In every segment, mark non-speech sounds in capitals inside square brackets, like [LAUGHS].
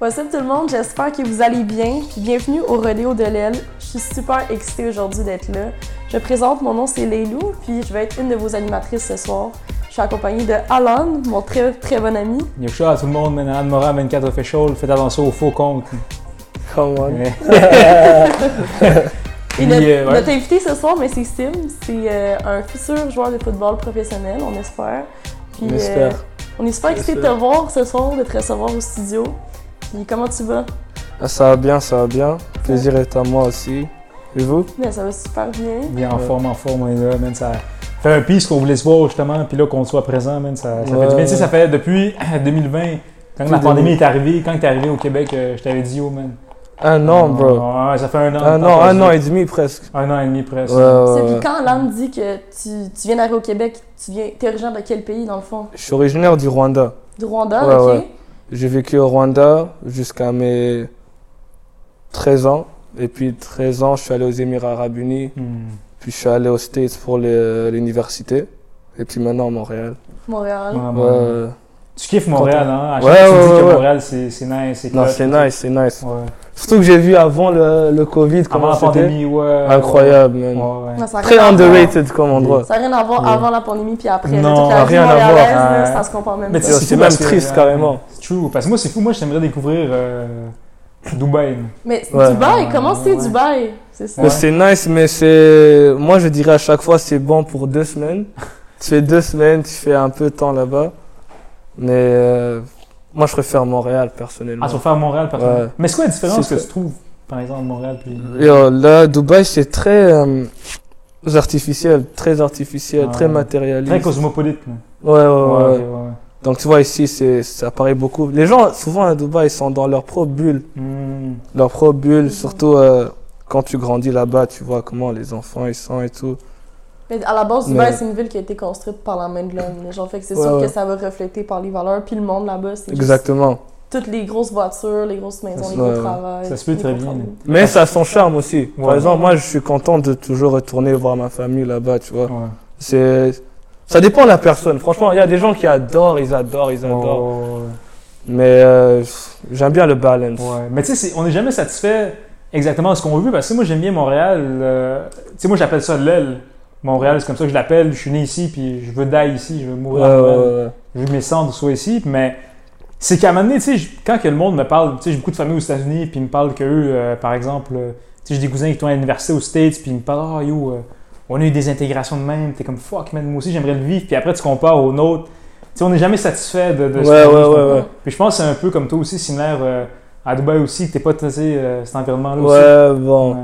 What's up tout le monde, j'espère que vous allez bien. Puis bienvenue au Relais de l'aile. Je suis super excitée aujourd'hui d'être là. Je me présente, mon nom c'est Leilou, puis je vais être une de vos animatrices ce soir. Je suis accompagnée de Alan, mon très très bon ami. Yopcha à tout le monde, man. Anne Morin, 24 official, faites attention au faux compte. Come on. Ouais. Et Puis, notre, euh, ouais. notre invité ce soir, mais c'est Sim. C'est euh, un futur joueur de football professionnel, on espère. Puis, On euh, espère. on est super excités de te J'espère. voir ce soir, de te recevoir au studio. Puis comment tu vas? Ah, Ça va bien, ça va bien. Plaisir est à moi aussi. Et vous Ben, ça va super bien. Bien en forme, en forme, on est là, man. Ça fait un piece qu'on voulait se voir, justement. Puis là, qu'on soit présent, man, ça, ça fait du bien. Ouais. Tu sais, ça fait depuis [CLEARS THROAT] 2020, quand la Depuis pandémie est arrivée, quand t'es arrivé au Québec, euh, je t'avais dit, yo, man. Ah, Un an, bro. Ouais, ça fait un an. Un t'as an, pas un dit. an et demi presque. Un an et demi presque. Ouais, ouais, C'est puis ouais. quand Alan dit que tu, tu viens d'arriver au Québec, tu viens, t'es originaire de quel pays dans le fond? Je suis originaire du Rwanda. Du Rwanda, Ouais, ok? ouais. J'ai vécu au Rwanda jusqu'à mes 13 ans. Et puis 13 ans, je suis allé aux Émirats Arabes Unis. Hmm. Puis je suis allé aux States pour le- l'université. Et puis maintenant à Montréal. Montréal. Ah, Ouais, Ouais, ouais. ouais. Tu kiffes Montréal, hein? À chaque Ouais, fois que tu ouais, dis que ouais. Montréal, c'est c'est nice, c'est Non, cool. c'est nice, c'est nice. Ouais. Surtout que j'ai vu avant le, le Covid Avant comment la c'était. pandémie, ouais. Incroyable, Ouais, man. ouais. Non, ça a Très rien à voir. underrated comme endroit. Ça n'a rien à voir Ouais. avant la pandémie puis après. là, Non, toute la vie rien à montréalaise, voir, là, hein. Ça se compare même Mais pas. tu- C'est fou même parce que- triste carrément. C'est true. Parce que moi, c'est fou. Moi, j'aimerais découvrir euh, Dubaï. man. Mais Ouais. Dubaï, comment c'est Ouais. Dubaï? C'est ça. Ouais. Mais C'est nice, mais c'est. Moi, je dirais à chaque fois, c'est bon pour [LAUGHS] deux semaines. tu fais deux semaines, tu fais un peu de temps là-bas. Mais euh, moi, je préfère Montréal personnellement. Ah, tu vas faire Montréal, par contre. Ouais. Mais c'est quoi la différence C'est que ça. tu euh, trouves, par exemple, Montréal puis. Yo, là, Dubaï, c'est très euh, artificiel, très artificiel, Ah. très Très matérialiste. cosmopolite. man. Ouais, ouais, ouais. ouais. ouais. Donc tu vois ici, c'est ça paraît beaucoup. Les gens, souvent à Dubaï, ils sont dans leur propre bulle. Hmm. leur propre bulle, surtout euh, quand tu grandis là-bas, tu vois comment les enfants ils sont et tout. Mais à la base, Dubaï, Mais- c'est une ville qui a été construite par la main de l'homme. là. Genre, fait que c'est Ouais, sûr que ouais. ça va refléter par les valeurs. Puis le monde là-bas, c'est juste Exactement. toutes les grosses voitures, les grosses maisons, les gros Ouais, ouais. travails. Ça se peut les très gros bien. travaux. Mais ça a son charme aussi. Par Ouais. exemple, moi je suis content de toujours retourner voir ma famille là-bas, tu vois. Ouais. C'est ça dépend de la personne. Franchement, il y a des gens qui adorent, ils adorent, ils adorent. Ouais, Mais euh, j'aime bien le balance. ouais, ouais. Mais tu sais, c'est- on n'est jamais satisfait exactement de ce qu'on veut. Parce que moi, j'aime bien Montréal. euh, Tu sais, moi, j'appelle ça l'aile. Montréal, c'est comme ça que je l'appelle. Je suis né ici, puis je veux die ici. Je veux Ouais, mourir à ouais, Montréal. ouais. je veux que mes cendres soient ici, mais c'est qu'à un moment donné, tu sais, je- quand que le monde me parle, tu sais, j'ai beaucoup de familles aux États-Unis, puis ils me parlent que eux, euh, par exemple, euh, tu sais, j'ai des cousins qui sont à l'université aux States, puis ils me parlent, ah yo, euh, on a eu des intégrations de même, t'es comme fuck, man, moi aussi j'aimerais le vivre, puis après tu compares aux nôtres. Tu sais, on n'est jamais satisfait de, de Ouais, ce qu'on vit, ouais, je ouais, comprends. ouais. Puis je pense que c'est un peu comme toi aussi, similaire euh, à Dubaï aussi, que t'es pas, tu sais, euh, cet environnement-là aussi. Ouais, bon. Ouais.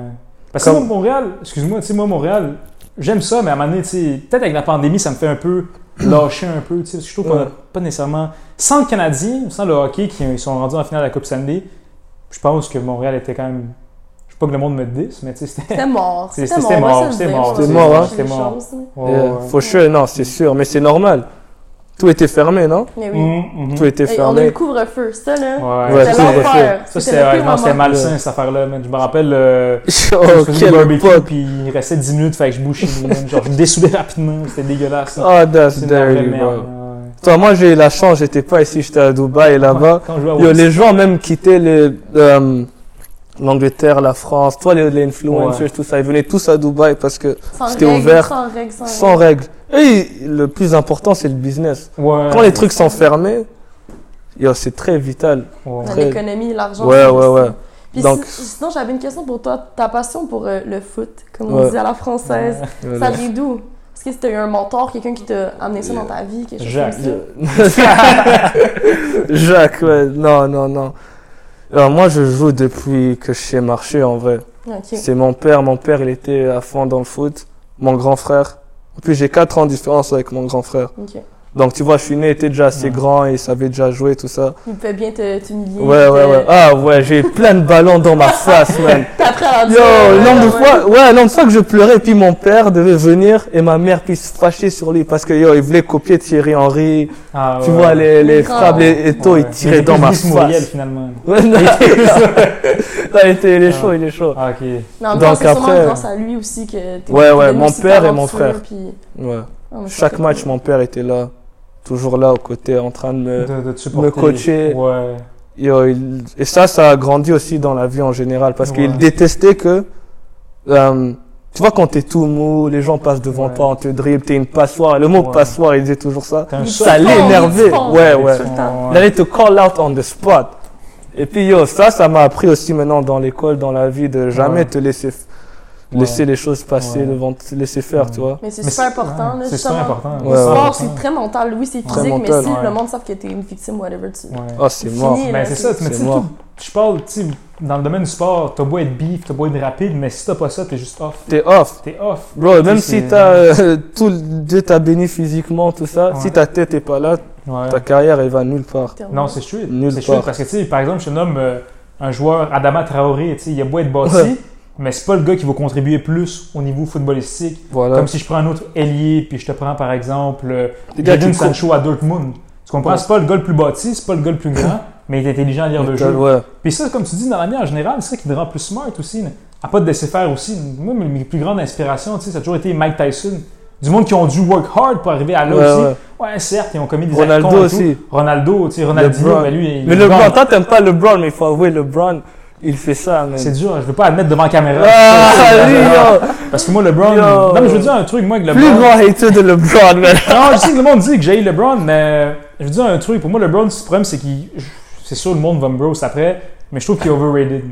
Parce que Comme- moi, Montréal, excuse-moi, tu sais, moi, Montréal, j'aime ça, mais à un moment donné, tu sais, peut-être avec la pandémie, ça me fait un peu lâcher un peu, tu sais, parce que je trouve qu'on a Ouais. pas nécessairement. Sans le Canadien, sans le hockey, qui ils sont rendus en finale de la Coupe Stanley, je pense que Montréal était quand même. Je sais pas que le monde me dise, mais tu sais, c'était. C'était mort. C'est- C'était c'était mort. mort, on va se le c'était dire, mort, on va c'était se mort, hein. dire les C'était mort. choses, oui. [LAUGHS] Ouais, Euh, ouais. Faut chier, non, c'est sûr, mais c'est normal. Tout était fermé, non Mais oui. Mhm, mhm. Tout était Hey, on a eu le fermé. couvre-feu, ça là. Ouais, Ouais, ça, C'était tout est c'était- l'enfer. ça, C'était c'était le pire ouais, non, c'était moment. malsain, cette affaire-là, man. Je me rappelle. euh, je [LAUGHS] oh, faisais du quel barbecue, pote. puis il restait 10 minutes, fait que je bouchais. man. Genre, je dessoudais rapidement, c'était dégueulasse. ça. [LAUGHS] Oh, that's C'est une vraie dirty, bro. merde. ouais. Toi, moi, j'ai eu la chance, j'étais pas ici, j'étais à Dubaï et là-bas. Quand je jouais à Yo, Wall les gens même quittaient les, euh, l'Angleterre, la France, toi, les, les influencers, tout ça, ils venaient tous à Dubaï parce que Sans C'était règles, ouvert. Sans règles, sans sans règles. Et le plus important, c'est le business. Ouais. Quand les trucs sont fermés, yo, c'est très vital. Ouais. Dans Très- l'économie, l'argent. Ouais, c'est ouais, juste ouais. ça. Puis Donc- [LAUGHS] si- sinon, j'avais une question pour toi. Ta passion pour euh, le foot, comme on Ouais. dit à la française, ça Voilà. vient d'où? Est-ce que c'était un mentor, quelqu'un qui t'a amené ça dans ta vie, quelque chose Jacques. comme ça? [LAUGHS] Jacques, ouais, non, non, non. Alors, moi, je joue depuis que je sais marcher, en vrai. Ok. C'est mon père. Mon père, il était à fond dans le foot. Mon grand frère. En plus, j'ai 4 ans de différence avec mon grand frère. ok. Donc, tu vois, je suis né, il était déjà assez Ouais. grand et il savait déjà jouer, tout ça. Il pouvait bien te- t'humilier. Ouais, te- ouais, ouais. Ah, [LAUGHS] ouais, j'ai eu plein de ballons dans ma face, man. T'as appris à leur Yo, dire, le ouais, nombre de euh, ouais. fois, ouais, le nombre de fois que je pleurais, et puis mon père devait venir et ma mère puis se fâcher sur lui parce que, yo, il voulait copier Thierry Henry. Ah, Tu ouais. vois, les, les Grand. frappes, les et tout, Ouais. il tirait était dans plus ma Luis Muriel, face. [LAUGHS] finalement. Ouais, [LAUGHS] non, Non, il était- il est chaud, il est chaud. Ah, ok. Mais en même temps, Donc c'est sûrement après- grâce à lui aussi que t'es- Ouais, t'es ouais, devenu mon aussi père et mon talentueux, frère. puis- Ouais. Ah, mais ça, Chaque c'est match, cool. mon père était là, toujours là aux côtés, en train de me. De, de te supporter. coacher. Ouais. Et, euh, il- et ça, ça a grandi aussi dans la vie en général, parce Ouais. qu'il détestait que, euh, tu vois, quand t'es tout mou, les gens passent devant Ouais. toi, on te dribble, t'es une passoire. Et le mot Ouais. passoire, il disait toujours ça. T'as un Il choc. Ça Ils te font, ils l'énervait. te font. Ouais, ouais. Tout le temps. Il allait te call out on the spot. Et puis, yo, ça, ça m'a appris aussi maintenant dans l'école, dans la vie, de jamais Ouais. te laisser, f- Ouais. laisser les choses passer Ouais. devant, te laisser faire, Ouais. tu vois. Mais c'est Mais super important. ouais, là, C'est super justement. important. Ah, Le Ouais, ouais, sport, ouais. c'est très mental. Oui, c'est Très physique, mental, mais si ouais. le monde savent que t'es une victime, whatever, tu. Ouais. Oh, c'est C'est mort. fini. Ben, c'est ça, mais C'est tu sais, moi. tout- je parle, tu sais, dans le domaine du sport, t'as beau être beef, t'as beau être rapide, mais si t'as pas ça, t'es juste off. T'es off. T'es off. Bro, même Tu sais, si [LAUGHS] t'as, euh, tout, le- Dieu t'a béni physiquement, tout ça, Ouais. si ta tête est pas là, Ouais. ta carrière, elle va nulle part. Non, c'est chouette. Nulle C'est part. chouette parce que, tu sais, par exemple, je te nomme euh, un joueur, Adama Traoré, tu sais, il a beau être bâti, Ouais. mais c'est pas le gars qui va contribuer plus au niveau footballistique. Voilà. Comme si je prends un autre ailier, puis je te prends, par exemple, euh, Des gars Jadon qui courent. Sancho à Dortmund. Tu comprends? Ouais. C'est pas le gars le plus bâti, c'est pas le gars le plus [LAUGHS] grand, mais il est intelligent à lire le jeu. Ouais. Puis ça, comme tu dis, dans la vie en général, c'est ça qui te rend plus smart aussi. là. À pas te laisser faire aussi. Moi, mes- mes plus grandes inspirations, tu sais, ça a toujours été Mike Tyson. Du monde qui ont dû work hard pour arriver à là Ouais, aussi. ouais. Ouais, certes, ils ont commis des actes Ronaldo cons et aussi. tout. Ronaldo, tu sais, Ronaldinho, LeBron. mais lui, il Mais il LeBron, gagne. toi, t'aimes pas LeBron, mais il faut avouer, LeBron, il fait ça, man. C'est dur, je veux pas admettre devant la caméra. Ah, lui, yo, Parce que moi, LeBron. Yo. Non, mais je veux dire un truc, moi, avec plus LeBron. grand hater de LeBron, man. Non, je sais que le monde dit que j'ai LeBron, mais je veux dire un truc. Pour moi, LeBron, le problème, c'est qu'il. C'est sûr, le monde va me roast après, mais je trouve qu'il est overrated.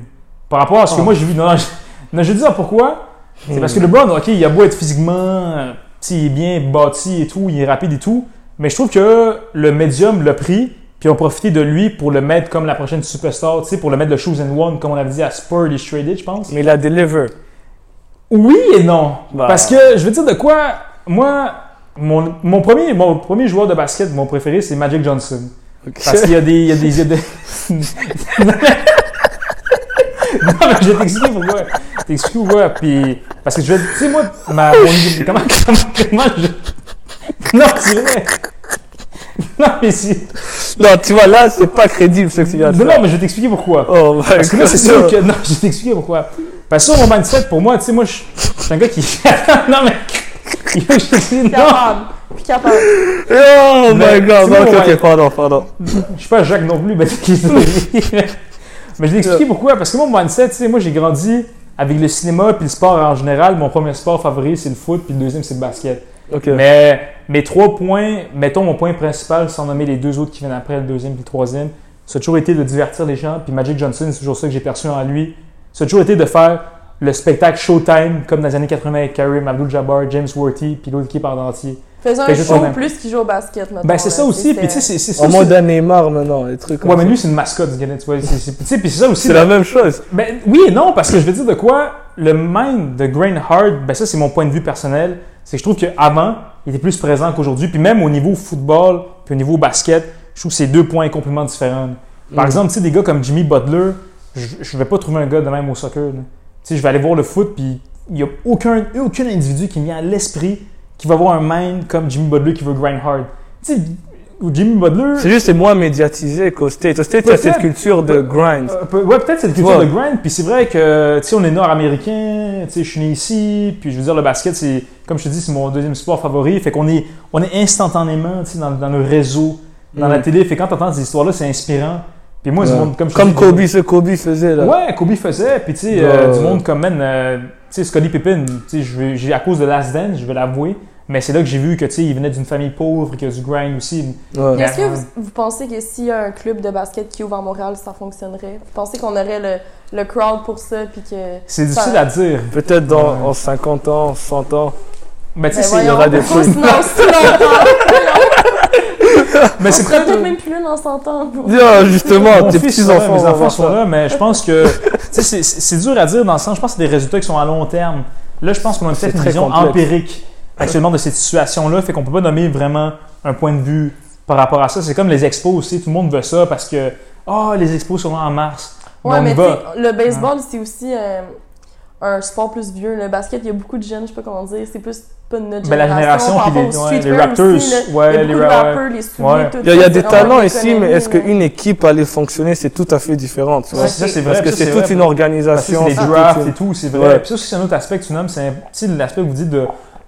Par rapport à ce que Oh. moi, j'ai vu. Non, non, je, non, je veux dire pourquoi. C'est Hmm. parce que LeBron, ok, il a beau être physiquement. euh, petit, il est bien bâti et tout, il est rapide et tout. Mais je trouve que le médium l'a pris, puis ont profité de lui pour le mettre comme la prochaine superstar, tu sais, pour le mettre le shoes and one, comme on avait dit à Spur, il est traded, je pense. Mais il a deliver. Oui et non. Bah. Parce que je veux dire de quoi, moi, mon, mon premier, mon premier joueur de basket, mon préféré, c'est Magic Johnson. [LAUGHS] Ok. Parce qu'il y a des. Il y a des, il y a des- non, mais je vais t'expliquer pourquoi. T'expliquer pourquoi. Puis. Parce que je vais. Tu sais, moi, ma. mon- comment, comment, comment je. Non, c'est vrai. Non, mais c'est. [LAUGHS] Non, tu vois, là, c'est pas crédible ce que tu viens de Non, faire. non, mais je vais t'expliquer pourquoi. Oh, my Parce que là, God. c'est sûr que. Non, je vais t'expliquer pourquoi. Parce que sur mon mindset, pour moi, tu sais, moi, je je suis un gars qui. [LAUGHS] non, mais. Je Puis te dis, non, capable. Puis capable. Oh Mais my god, sinon, ok, ok, ouais. pardon, pardon. Je suis pas Jacques non plus, [LAUGHS] mais, mais je vais expliquer pourquoi. Parce que mon mindset, tu sais, moi j'ai grandi avec le cinéma puis le sport en général. Mon premier sport favori c'est le foot puis le deuxième c'est le basket. Ok. Mais mes trois points, mettons mon point principal sans nommer les deux autres qui viennent après, le deuxième puis le troisième, ça a toujours été de divertir les gens. Puis Magic Johnson, c'est toujours ça que j'ai perçu en lui. Ça a toujours été de faire le spectacle Showtime comme dans les années 80 avec Karim Abdul-Jabbar, James Worthy puis l'autre équipe en entier. Faisons Fait un que je show comprends. plus qui joue au basket, maintenant. Ben c'est ça aussi. Puis tu sais, c'est c'est ça. En aussi. mode à Neymar maintenant, les trucs comme Ouais, mais ça. lui, c'est une mascotte du Ghana, tu vois. C'est- c'est- Tu sais, puis c'est ça aussi. C'est la même chose. Ben, oui et non, parce que je veux dire de quoi le mind de Grain Hard, ben ça c'est mon point de vue personnel, c'est que je trouve qu'avant, il était plus présent qu'aujourd'hui, puis même au niveau football, puis au niveau basket, je trouve que c'est deux points complètement différents. Par Mm. exemple, tu sais, des gars comme Jimmy Butler, je je vais pas trouver un gars de même au soccer. là. Tu sais, je vais aller voir le foot, puis il n'y a aucun, aucun individu qui me vient à l'esprit qui va avoir un mind comme Jimmy Butler qui veut Grind Hard. Tu sais, Jimmy Butler. C'est juste, c'est moins médiatisé qu'au State. Au State, il y a cette Mm. Peut-être. culture de grind. Euh, peu- ouais, peut-être cette culture Ouais. de grind. Puis c'est vrai que, tu sais, on est nord-américain, tu sais, je suis né ici. Puis je veux dire, le basket, c'est, comme je te dis, c'est mon deuxième sport favori. Fait qu'on est, on est instantanément, tu sais, dans, dans le réseau, dans Mm. la télé. Fait que quand t'entends ces histoires-là, c'est inspirant. Puis moi, du Ouais. monde, comme je te Comme dis, Kobe, ce Kobe faisait là. Ouais, Kobe faisait. Puis tu sais, euh, Ouais. du monde comme, man, euh, tu sais, Scottie Pippen, tu sais, je vais- j'ai, à cause de Last Dance, je vais l'avouer. Mais c'est là que j'ai vu que, tu sais, il venait d'une famille pauvre, qu'il y a du grind aussi. Ouais. Est-ce que Ouais. vous, vous pensez que s'il y a un club de basket qui ouvre à Montréal, ça fonctionnerait? Vous pensez qu'on aurait le, le crowd pour ça, puis que... C'est Ça- difficile à dire. Peut-être dans Ouais. en 50 ans, 100 ans. Mais tu sais, Ben c'est- [LAUGHS] voyons, [LAUGHS] aura des pourquoi trucs. sinon, si longtemps? mais Ben, c'est On serait peut-être- peut-être même plus là dans 100 ans. pour- Yo, oh, justement, Mon Ah, tes fils petits sont là, enfants. mes vont enfants voir sont ça. là, mais je pense que tu sais, c'est- c'est c'est dur à dire dans le sens. Je pense que c'est des résultats qui sont à long terme. Là, je pense qu'on a C'est peut-être une très vision complexe. empirique actuellement de cette situation-là, fait qu'on peut pas nommer vraiment un point de vue par rapport à ça. C'est comme les expos aussi, tout le monde veut ça parce que ah les expos sont en mars. Ouais, Donc, bah, on mais y tu va. sais, le baseball, c'est aussi euh, un sport plus vieux. Le basket, il y a beaucoup de jeunes, je sais pas comment dire, c'est plus pas de notre Ben, la génération. génération, par puis rapport les- au ouais, streetwear les Raptors, aussi, là. ouais, il y a les beaucoup de Ra- rappeurs, les souliers, Ouais. tout Il y a, il y a ça, des c'est vraiment talents une ici, mais économie, est-ce mais- qu'une équipe allait fonctionner, c'est tout à fait différent, tu vois. Ouais, ça, c'est vrai, Parce que ça, c'est c'est toute vrai. une Parce que organisation. Ah, c'est les c'est tout drafts une- et tout, c'est vrai. Ouais. Puis ça, aussi, c'est un autre aspect que tu nommes, c'est un- tu sais, l'aspect que vous dites de,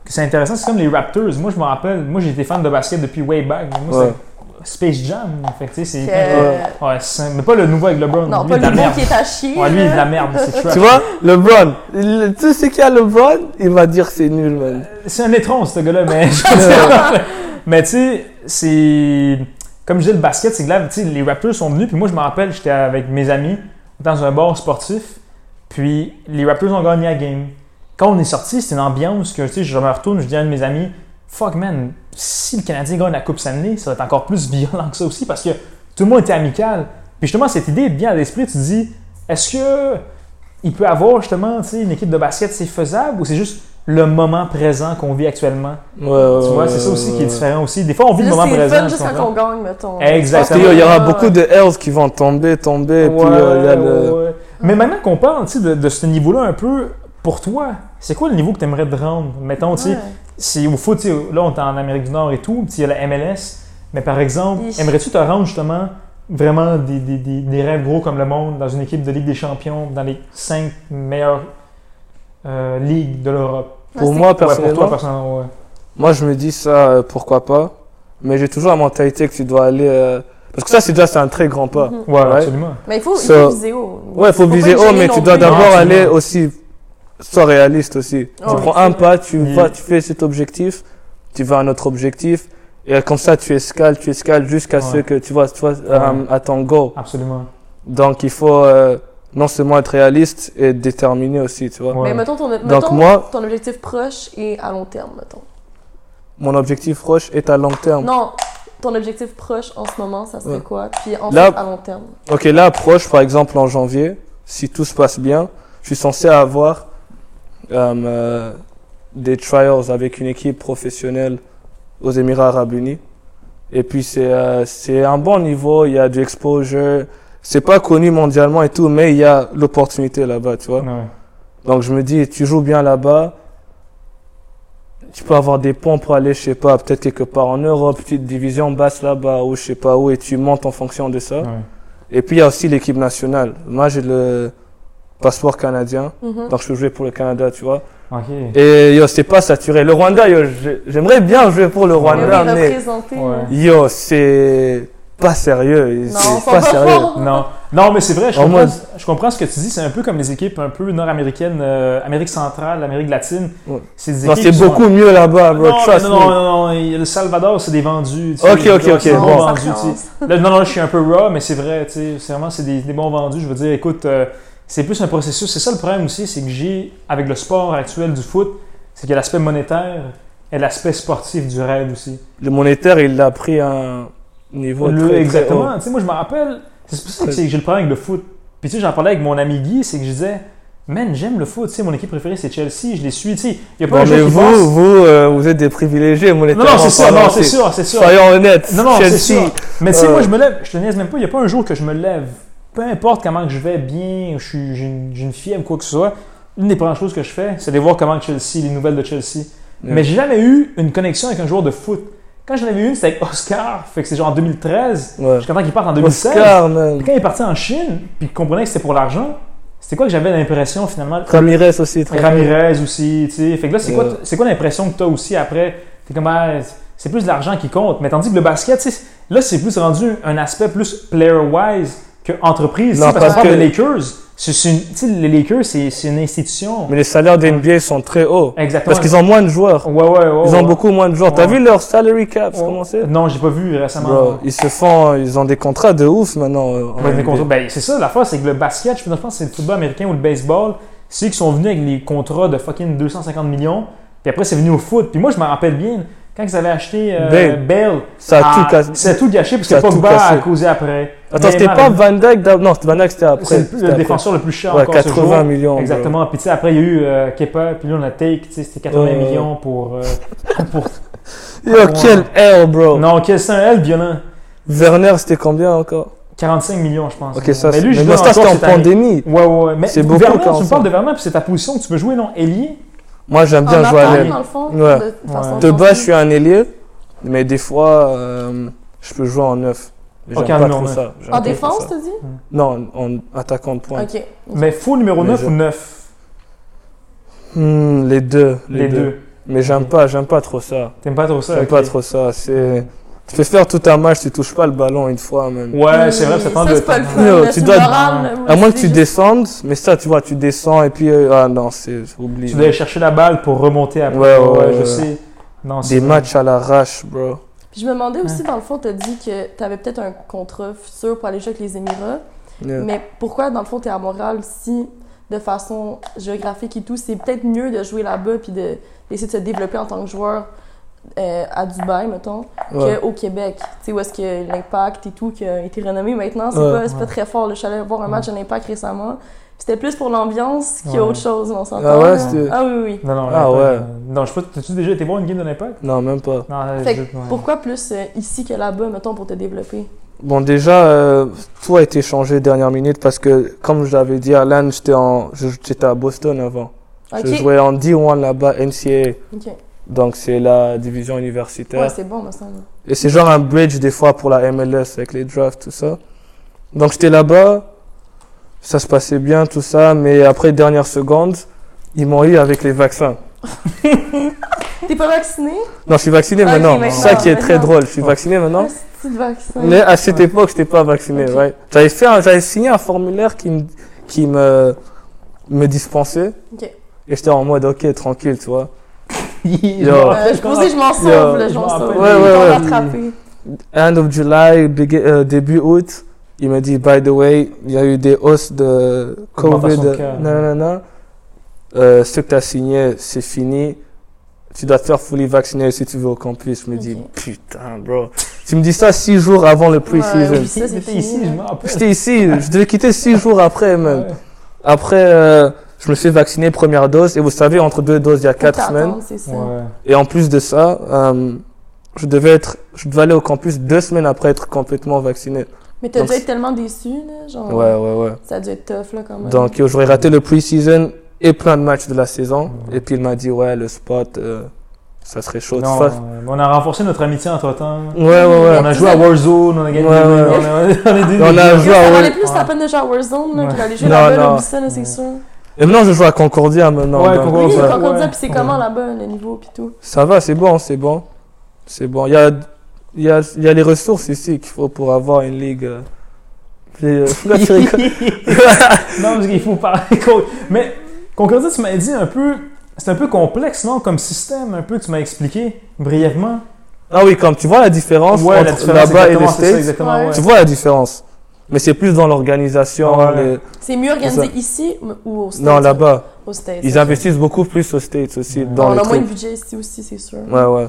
que c'est intéressant, c'est comme les Raptors. Moi, je me rappelle, moi, j'ai été fan de basket depuis way back. Moi, Ouais. c'est- Space Jam. Fait que, tu sais, c'est. Que- hyper- Ouais, c'est- mais pas le nouveau avec LeBron. euh, Non, lui, pas de la le bon merde. qui est à chier. Ouais, lui, il est de là. la merde, c'est trash. Tu vois, LeBron, il- tout ce qu'il y a LeBron, il va dire c'est nul, man. C'est un étron, ce gars-là, mais. je veux dire, mais tu sais, c'est. Comme je dis, le basket, c'est que là, tu sais, les Raptors sont venus, puis moi, je me rappelle, j'étais avec mes amis dans un bar sportif, puis les Raptors ont gagné la game. Quand on est sorti, c'était une ambiance que, tu sais, je me retourne, je dis à un de mes amis, fuck man, si le Canadien gagne la Coupe Stanley, ça va être encore plus violent que ça aussi, parce que tout le monde était amical. Puis justement, cette idée te vient à l'esprit, tu te dis, est-ce que il peut avoir justement, tu sais, une équipe de basket, c'est faisable, ou c'est juste le moment présent qu'on vit actuellement? Ouais, ouais, Tu vois, c'est ça aussi qui est Euh. différent aussi. Des fois, on vit le moment Juste, c'est présent. fun tu juste quand comprends? on gagne, mettons. Exactement. Parce qu'il y aura beaucoup de Hells qui vont tomber, tomber, et puis Ouais, euh, il y a le... ouais. Mais Hum. maintenant qu'on parle tu sais, de, de ce niveau-là un peu, pour toi, c'est quoi le niveau que tu aimerais te rendre? Mettons, tu sais, Ouais. si au foot, tu sais, là, on est en Amérique du Nord et tout, puis il y a la MLS, mais par exemple, Ish. aimerais-tu te rendre justement vraiment des, des- des- des rêves gros comme le monde dans une équipe de Ligue des Champions, dans les cinq meilleures euh, ligues de l'Europe? Pour Ouais, moi, Ouais, pour personnellement, toi, personnellement, ouais. moi je me dis ça, euh, pourquoi pas. Mais j'ai toujours la mentalité que tu dois aller... euh, Parce que ça, c'est déjà c'est un très grand pas. Mhm. Ouais, Ouais. absolument. Mais il faut, il Ça- faut viser haut. Ouais, faut pas viser être haut, gêné mais non tu dois plus. d'abord Non, aller non. aussi... Sois réaliste aussi. Ouais, tu prends c'est un vrai. pas, tu Il- vas, tu fais cet objectif, tu vas à un autre objectif. Et comme ça, tu escales, tu escales jusqu'à Ouais. ce que tu vois, tu vois euh, à ton go. Absolument. Donc il faut euh, non seulement être réaliste et déterminé aussi, tu vois. Ouais. Mais mettons, ton, mettons Donc moi, ton objectif proche et à long terme, mettons. mon objectif proche est à long terme. Non, ton objectif proche en ce moment, ça serait Ouais. quoi? Puis ensuite, Là- à long terme. Ok, là proche, par exemple en janvier, si tout se passe bien, je suis censé avoir euh, euh, des trials avec une équipe professionnelle aux Émirats Arabes Unis. Et puis c'est euh, c'est un bon niveau, il y a du exposure. C'est pas connu mondialement et tout, mais il y a l'opportunité là-bas, tu vois. Ouais. Donc je me dis, tu joues bien là-bas, tu peux avoir des ponts pour aller, je sais pas, peut-être quelque part en Europe, petite division basse là-bas ou je sais pas où, et tu montes en fonction de ça. Ouais. Et puis il y a aussi l'équipe nationale. Moi j'ai le passeport canadien, Mhm. donc je peux jouer pour le Canada, tu vois. Ok. Et yo, c'est pas saturé. Le Rwanda, yo, j'ai- j'aimerais bien jouer pour le Mais Rwanda, oui, mais représenter. Ouais. là. yo, c'est pas sérieux, Non, c'est faut pas sérieux. fort. Non, non mais c'est vrai, je Au comprends, moins- je comprends ce que tu dis. C'est un peu comme les équipes un peu nord-américaines, euh, Amérique centrale, Amérique latine. Ouais. C'est des Non, équipes c'est qui sont- beaucoup mieux là-bas, bro. Non, mais trust non, me. non, non, non, il- le Salvador, c'est des vendus. tu sais, Ok, les ok, gars, ok, c'est des bon. bons Ça vendus, tu sais. commence. Là, non, non, je suis un peu raw, mais c'est vrai, tu sais, c'est vraiment c'est des, des bons vendus. Je veux dire, écoute, euh, c'est plus un processus. C'est ça le problème aussi, c'est que j'ai, avec le sport actuel du foot, c'est qu'il y a l'aspect monétaire et l'aspect sportif du rêve aussi. Le monétaire, il a pris un niveau Le- très, très haut. exactement. Tu sais, moi, je me rappelle, c'est pour ça que Très- c'est- j'ai le problème avec le foot. Puis, tu sais, j'en parlais avec mon ami Guy, c'est que je disais, man, j'aime le foot. Tu sais, mon équipe préférée, c'est Chelsea. Je les suis. Tu sais, il n'y a pas Non, un jeu mais qui vous, passe. vous, euh, vous êtes des privilégiés Non, monétairement. non, c'est sûr, parlant, non, c'est sûr, c'est sûr. Soyons honnêtes. Non, non, c'est Chelsea. sûr. Mais tu sais, euh, moi, je me lève, je te niaise même pas, il n'y a pas un jour que je me lève, peu importe comment que je vais bien, je suis- j'ai une, j'ai une fièvre, quoi que ce soit, une des premières choses que je fais, c'est de voir comment que Chelsea, les nouvelles de Chelsea. Ouais. Mais j'ai jamais eu une connexion avec un joueur de foot. Quand j'en avais une, c'était avec Oscar, fait que c'est genre en 2013, Ouais. jusqu'à temps qu'il parte en 2016. Oscar, man. Puis Quand il est parti en Chine, puis qu'il comprenait que c'était pour l'argent, c'était quoi que j'avais l'impression finalement Ramirez aussi. Très Euh. Ramirez aussi, tu sais. Fait que là, c'est quoi, Ouais. c'est quoi l'impression que tu as aussi après? T'es comme, ah, c'est plus de l'argent qui compte. Mais tandis que le basket, tu sais, là, c'est plus rendu un aspect plus player-wise qu'entreprise. Non, Non, parce parce qu'on parle que- de Lakers. C'est, c'est une- tu sais, les Lakers, c'est, c'est une institution. Mais les salaires des NBA sont très hauts. Exactement. Parce qu'ils ont moins de joueurs. Ouais, ouais, ouais. Ils ont ouais. beaucoup moins de joueurs. T'as Ouais. Oh. vu leur salary cap Ouais. Comment c'est Non, j'ai pas vu récemment. Bro, ils se font, ils ont des contrats de ouf maintenant. euh, en Ouais, des NBA. contrats. Ben, c'est ça, la fois, c'est que le basket, je pense que c'est le football américain ou le baseball, c'est eux qui sont venus avec les contrats de fucking 250 millions, puis après, c'est venu au foot. Puis moi, je me rappelle bien, quand ils avaient acheté euh, Bale. Bale, Ben, Ça a ah, tout cassé. c'est tout gâché parce Ça que a tout Pogba a cassé. causé après. Attends, c'était Neymar, pas Van Dyke d'ab- Non, c'était Van Dyke, c'était après. c'est le- C'était le, après. défenseur le plus cher Ouais, encore ce jour. 80 millions. bro. Exactement. Puis tu sais, après, il y a eu euh, Kepa, puis là, on a Take, tu sais, c'était 80 Ouais, ouais. millions pour... [LAUGHS] euh, pour... Yo, quel air, bro. Ah, Non, quel c'est un L violent. Werner, c'était combien encore 45 millions, je pense. Ok, ça, mais c'est- lui, je mais l'ai ça, c'était encore en cette année. pandémie. Ouais, ouais, ouais. Mais C'est beaucoup Vernon, tu me 45. parles de Vernon, puis c'est ta position que tu veux jouer, non? Ailier? Moi, j'aime bien En jouer à attaque, l'aile. dans le fond, Ouais. de façon Ouais. De base, je offensive. suis un ailier, mais des fois, euh, je peux jouer en neuf. J'aime Ok, en pas numéro trop neuf. ça. J'aime En pas trop défense, ça. t'as dit? Non, en en attaquant de pointe. Ok. Mais faux numéro Mais 9 je- ou 9? Hmm, les deux. Les, deux. Mais j'aime Ok. pas, j'aime pas trop ça. T'aimes pas trop ça? J'aime ok. pas trop ça. C'est Tu peux faire tout un match, tu touches pas le ballon une fois même. Ouais, c'est vrai, ça prend Hmm, Ça, de c'est pas le fun. Non, là, tu c'est dois- moral, là, À moi, je moins que dis tu juste- descendes, mais ça, tu vois, tu descends et puis euh, ah non, c'est Tu oublié. dois aller chercher la balle pour remonter après. Ouais, ouais, je ouais. sais. Non, c'est Des matchs à l'arrache, bro. Puis je me demandais aussi, dans le fond, t'as dit que t'avais peut-être un contrat futur pour aller jouer avec les Émirats. Yeah. Mais pourquoi, dans le fond, t'es à Montréal si, de façon géographique et tout, c'est peut-être mieux de jouer là-bas puis de- d'essayer de se développer en tant que joueur euh, à Dubaï, mettons, Ouais. qu'au Québec? Tu sais, où est-ce que l'impact et tout qui a été renommé maintenant, c'est Ouais, pas, c'est pas ouais. très fort. là. Je suis allée voir un match à l'impact récemment. C'était plus pour l'ambiance qu'il y Ouais. a autre chose, on s'entend. Ah ouais, là. c'était- Ah oui, oui. Non, non, Ah, l'impact, ouais. euh, Non, je sais pas, t'as-tu déjà été voir une game de l'impact? Non, même pas. Non, Fait je- que ouais. Pourquoi plus euh, ici que là-bas, mettons, pour te développer? Bon, déjà, euh, tout a été changé dernière minute parce que, comme je l'avais dit, Alan, j'étais en, je- j'étais à Boston avant. Ok. Je jouais en D1 là-bas, NCAA. Ok. Donc, c'est la division Ouais, universitaire. c'est bon, me semble. Et c'est genre un bridge des fois pour la MLS avec les drafts, tout ça. Donc, j'étais là-bas. Ça se passait bien, tout ça. Mais après, dernière seconde, ils m'ont eu avec les vaccins. T'es pas vacciné? Non, je suis vacciné Ok, maintenant. maintenant, ça qui est très maintenant. drôle. Je suis vacciné Un maintenant. petit vaccin. Mais à cette époque, j'étais pas vacciné, Ok. ouais. J'avais fait, un- j'avais signé un formulaire qui me, qui me, me dispensait. Ok. Et j'étais en mode, ok, tranquille, tu [LAUGHS] vois. je Yo. m'en Euh, rappelle je quand- pense que je m'en sauve, Ah. Yo, là, je je m'en m'en sauve. rappelle. Ouais, ouais, Ils ouais. m'ont rattrapé. End of July, big- euh, début août, il m'a dit, by the way, il y a eu des hausses de Covid. Augmentation de cas. Non, non, non. Euh, ce que t'as signé, c'est fini. Tu dois te faire fully vacciner si tu veux au campus. Je me dis, Ok. putain, bro. Tu me dis ça six jours avant le pre-season. Ouais, Ça, c'est J'étais fini, hein. ici, ouais. je m'en rappelle. J'étais ici, je devais quitter six jours après même. Ouais. Après, euh, je me suis vacciné première dose et vous savez, entre deux doses, il y a Faut quatre t'attendre, semaines. C'est ça. Ouais. Et en plus de ça, euh, je devais être, je devais aller au campus deux semaines après être complètement vacciné. Mais t'as Donc, dû c'est- être tellement déçu, là, genre. Ouais, ouais, ouais. Ça a dû être tough, là, quand même. Donc, euh, j'aurais raté le pre-season et plein de matchs de la saison. Et puis il m'a dit, ouais, le spot, euh, ça serait chaud. de Non, faire. euh, on a renforcé notre amitié entre temps. Ouais, ouais, ouais. On a joué à Warzone, on a gagné. Ouais, des- ouais. On a, [LAUGHS] on a, des- On a Yo, joué ça à valait Wall- plus la peine de jouer à Warzone, là, Ouais. que d'aller jouer Non, là-bas, là, non. oublie ça, là, c'est sûr. Et maintenant, je joue à Concordia maintenant. Ouais, donc, Concordia. Oui, Ouais. quand on dit, Ouais. puis c'est comment Ouais. là-bas, le niveau, puis tout. Ça va, c'est bon, c'est bon. C'est bon. Il y a, il y, a, il y a les ressources ici qu'il faut pour avoir une ligue. euh, [LAUGHS] plus, euh, là, tu rigoles. non, parce qu'il faut parler. [LAUGHS] con- Mais Concordia, tu m'as dit un peu. C'est un peu complexe, non, comme système, un peu, tu m'as expliqué brièvement. ah oui, comme tu vois la différence Ouais, la entre différence, là-bas et les exactement, c'est ça, States, exactement, Ouais. ouais. tu vois la différence. Mais c'est plus dans l'organisation. Ouais. les- C'est mieux organisé C'est ici ou au States? Non, là-bas. Au States. Ils ok. investissent beaucoup plus aux States aussi. Ouais. Dans On les a moins de trucs. budget ici aussi, c'est sûr. Ouais, ouais.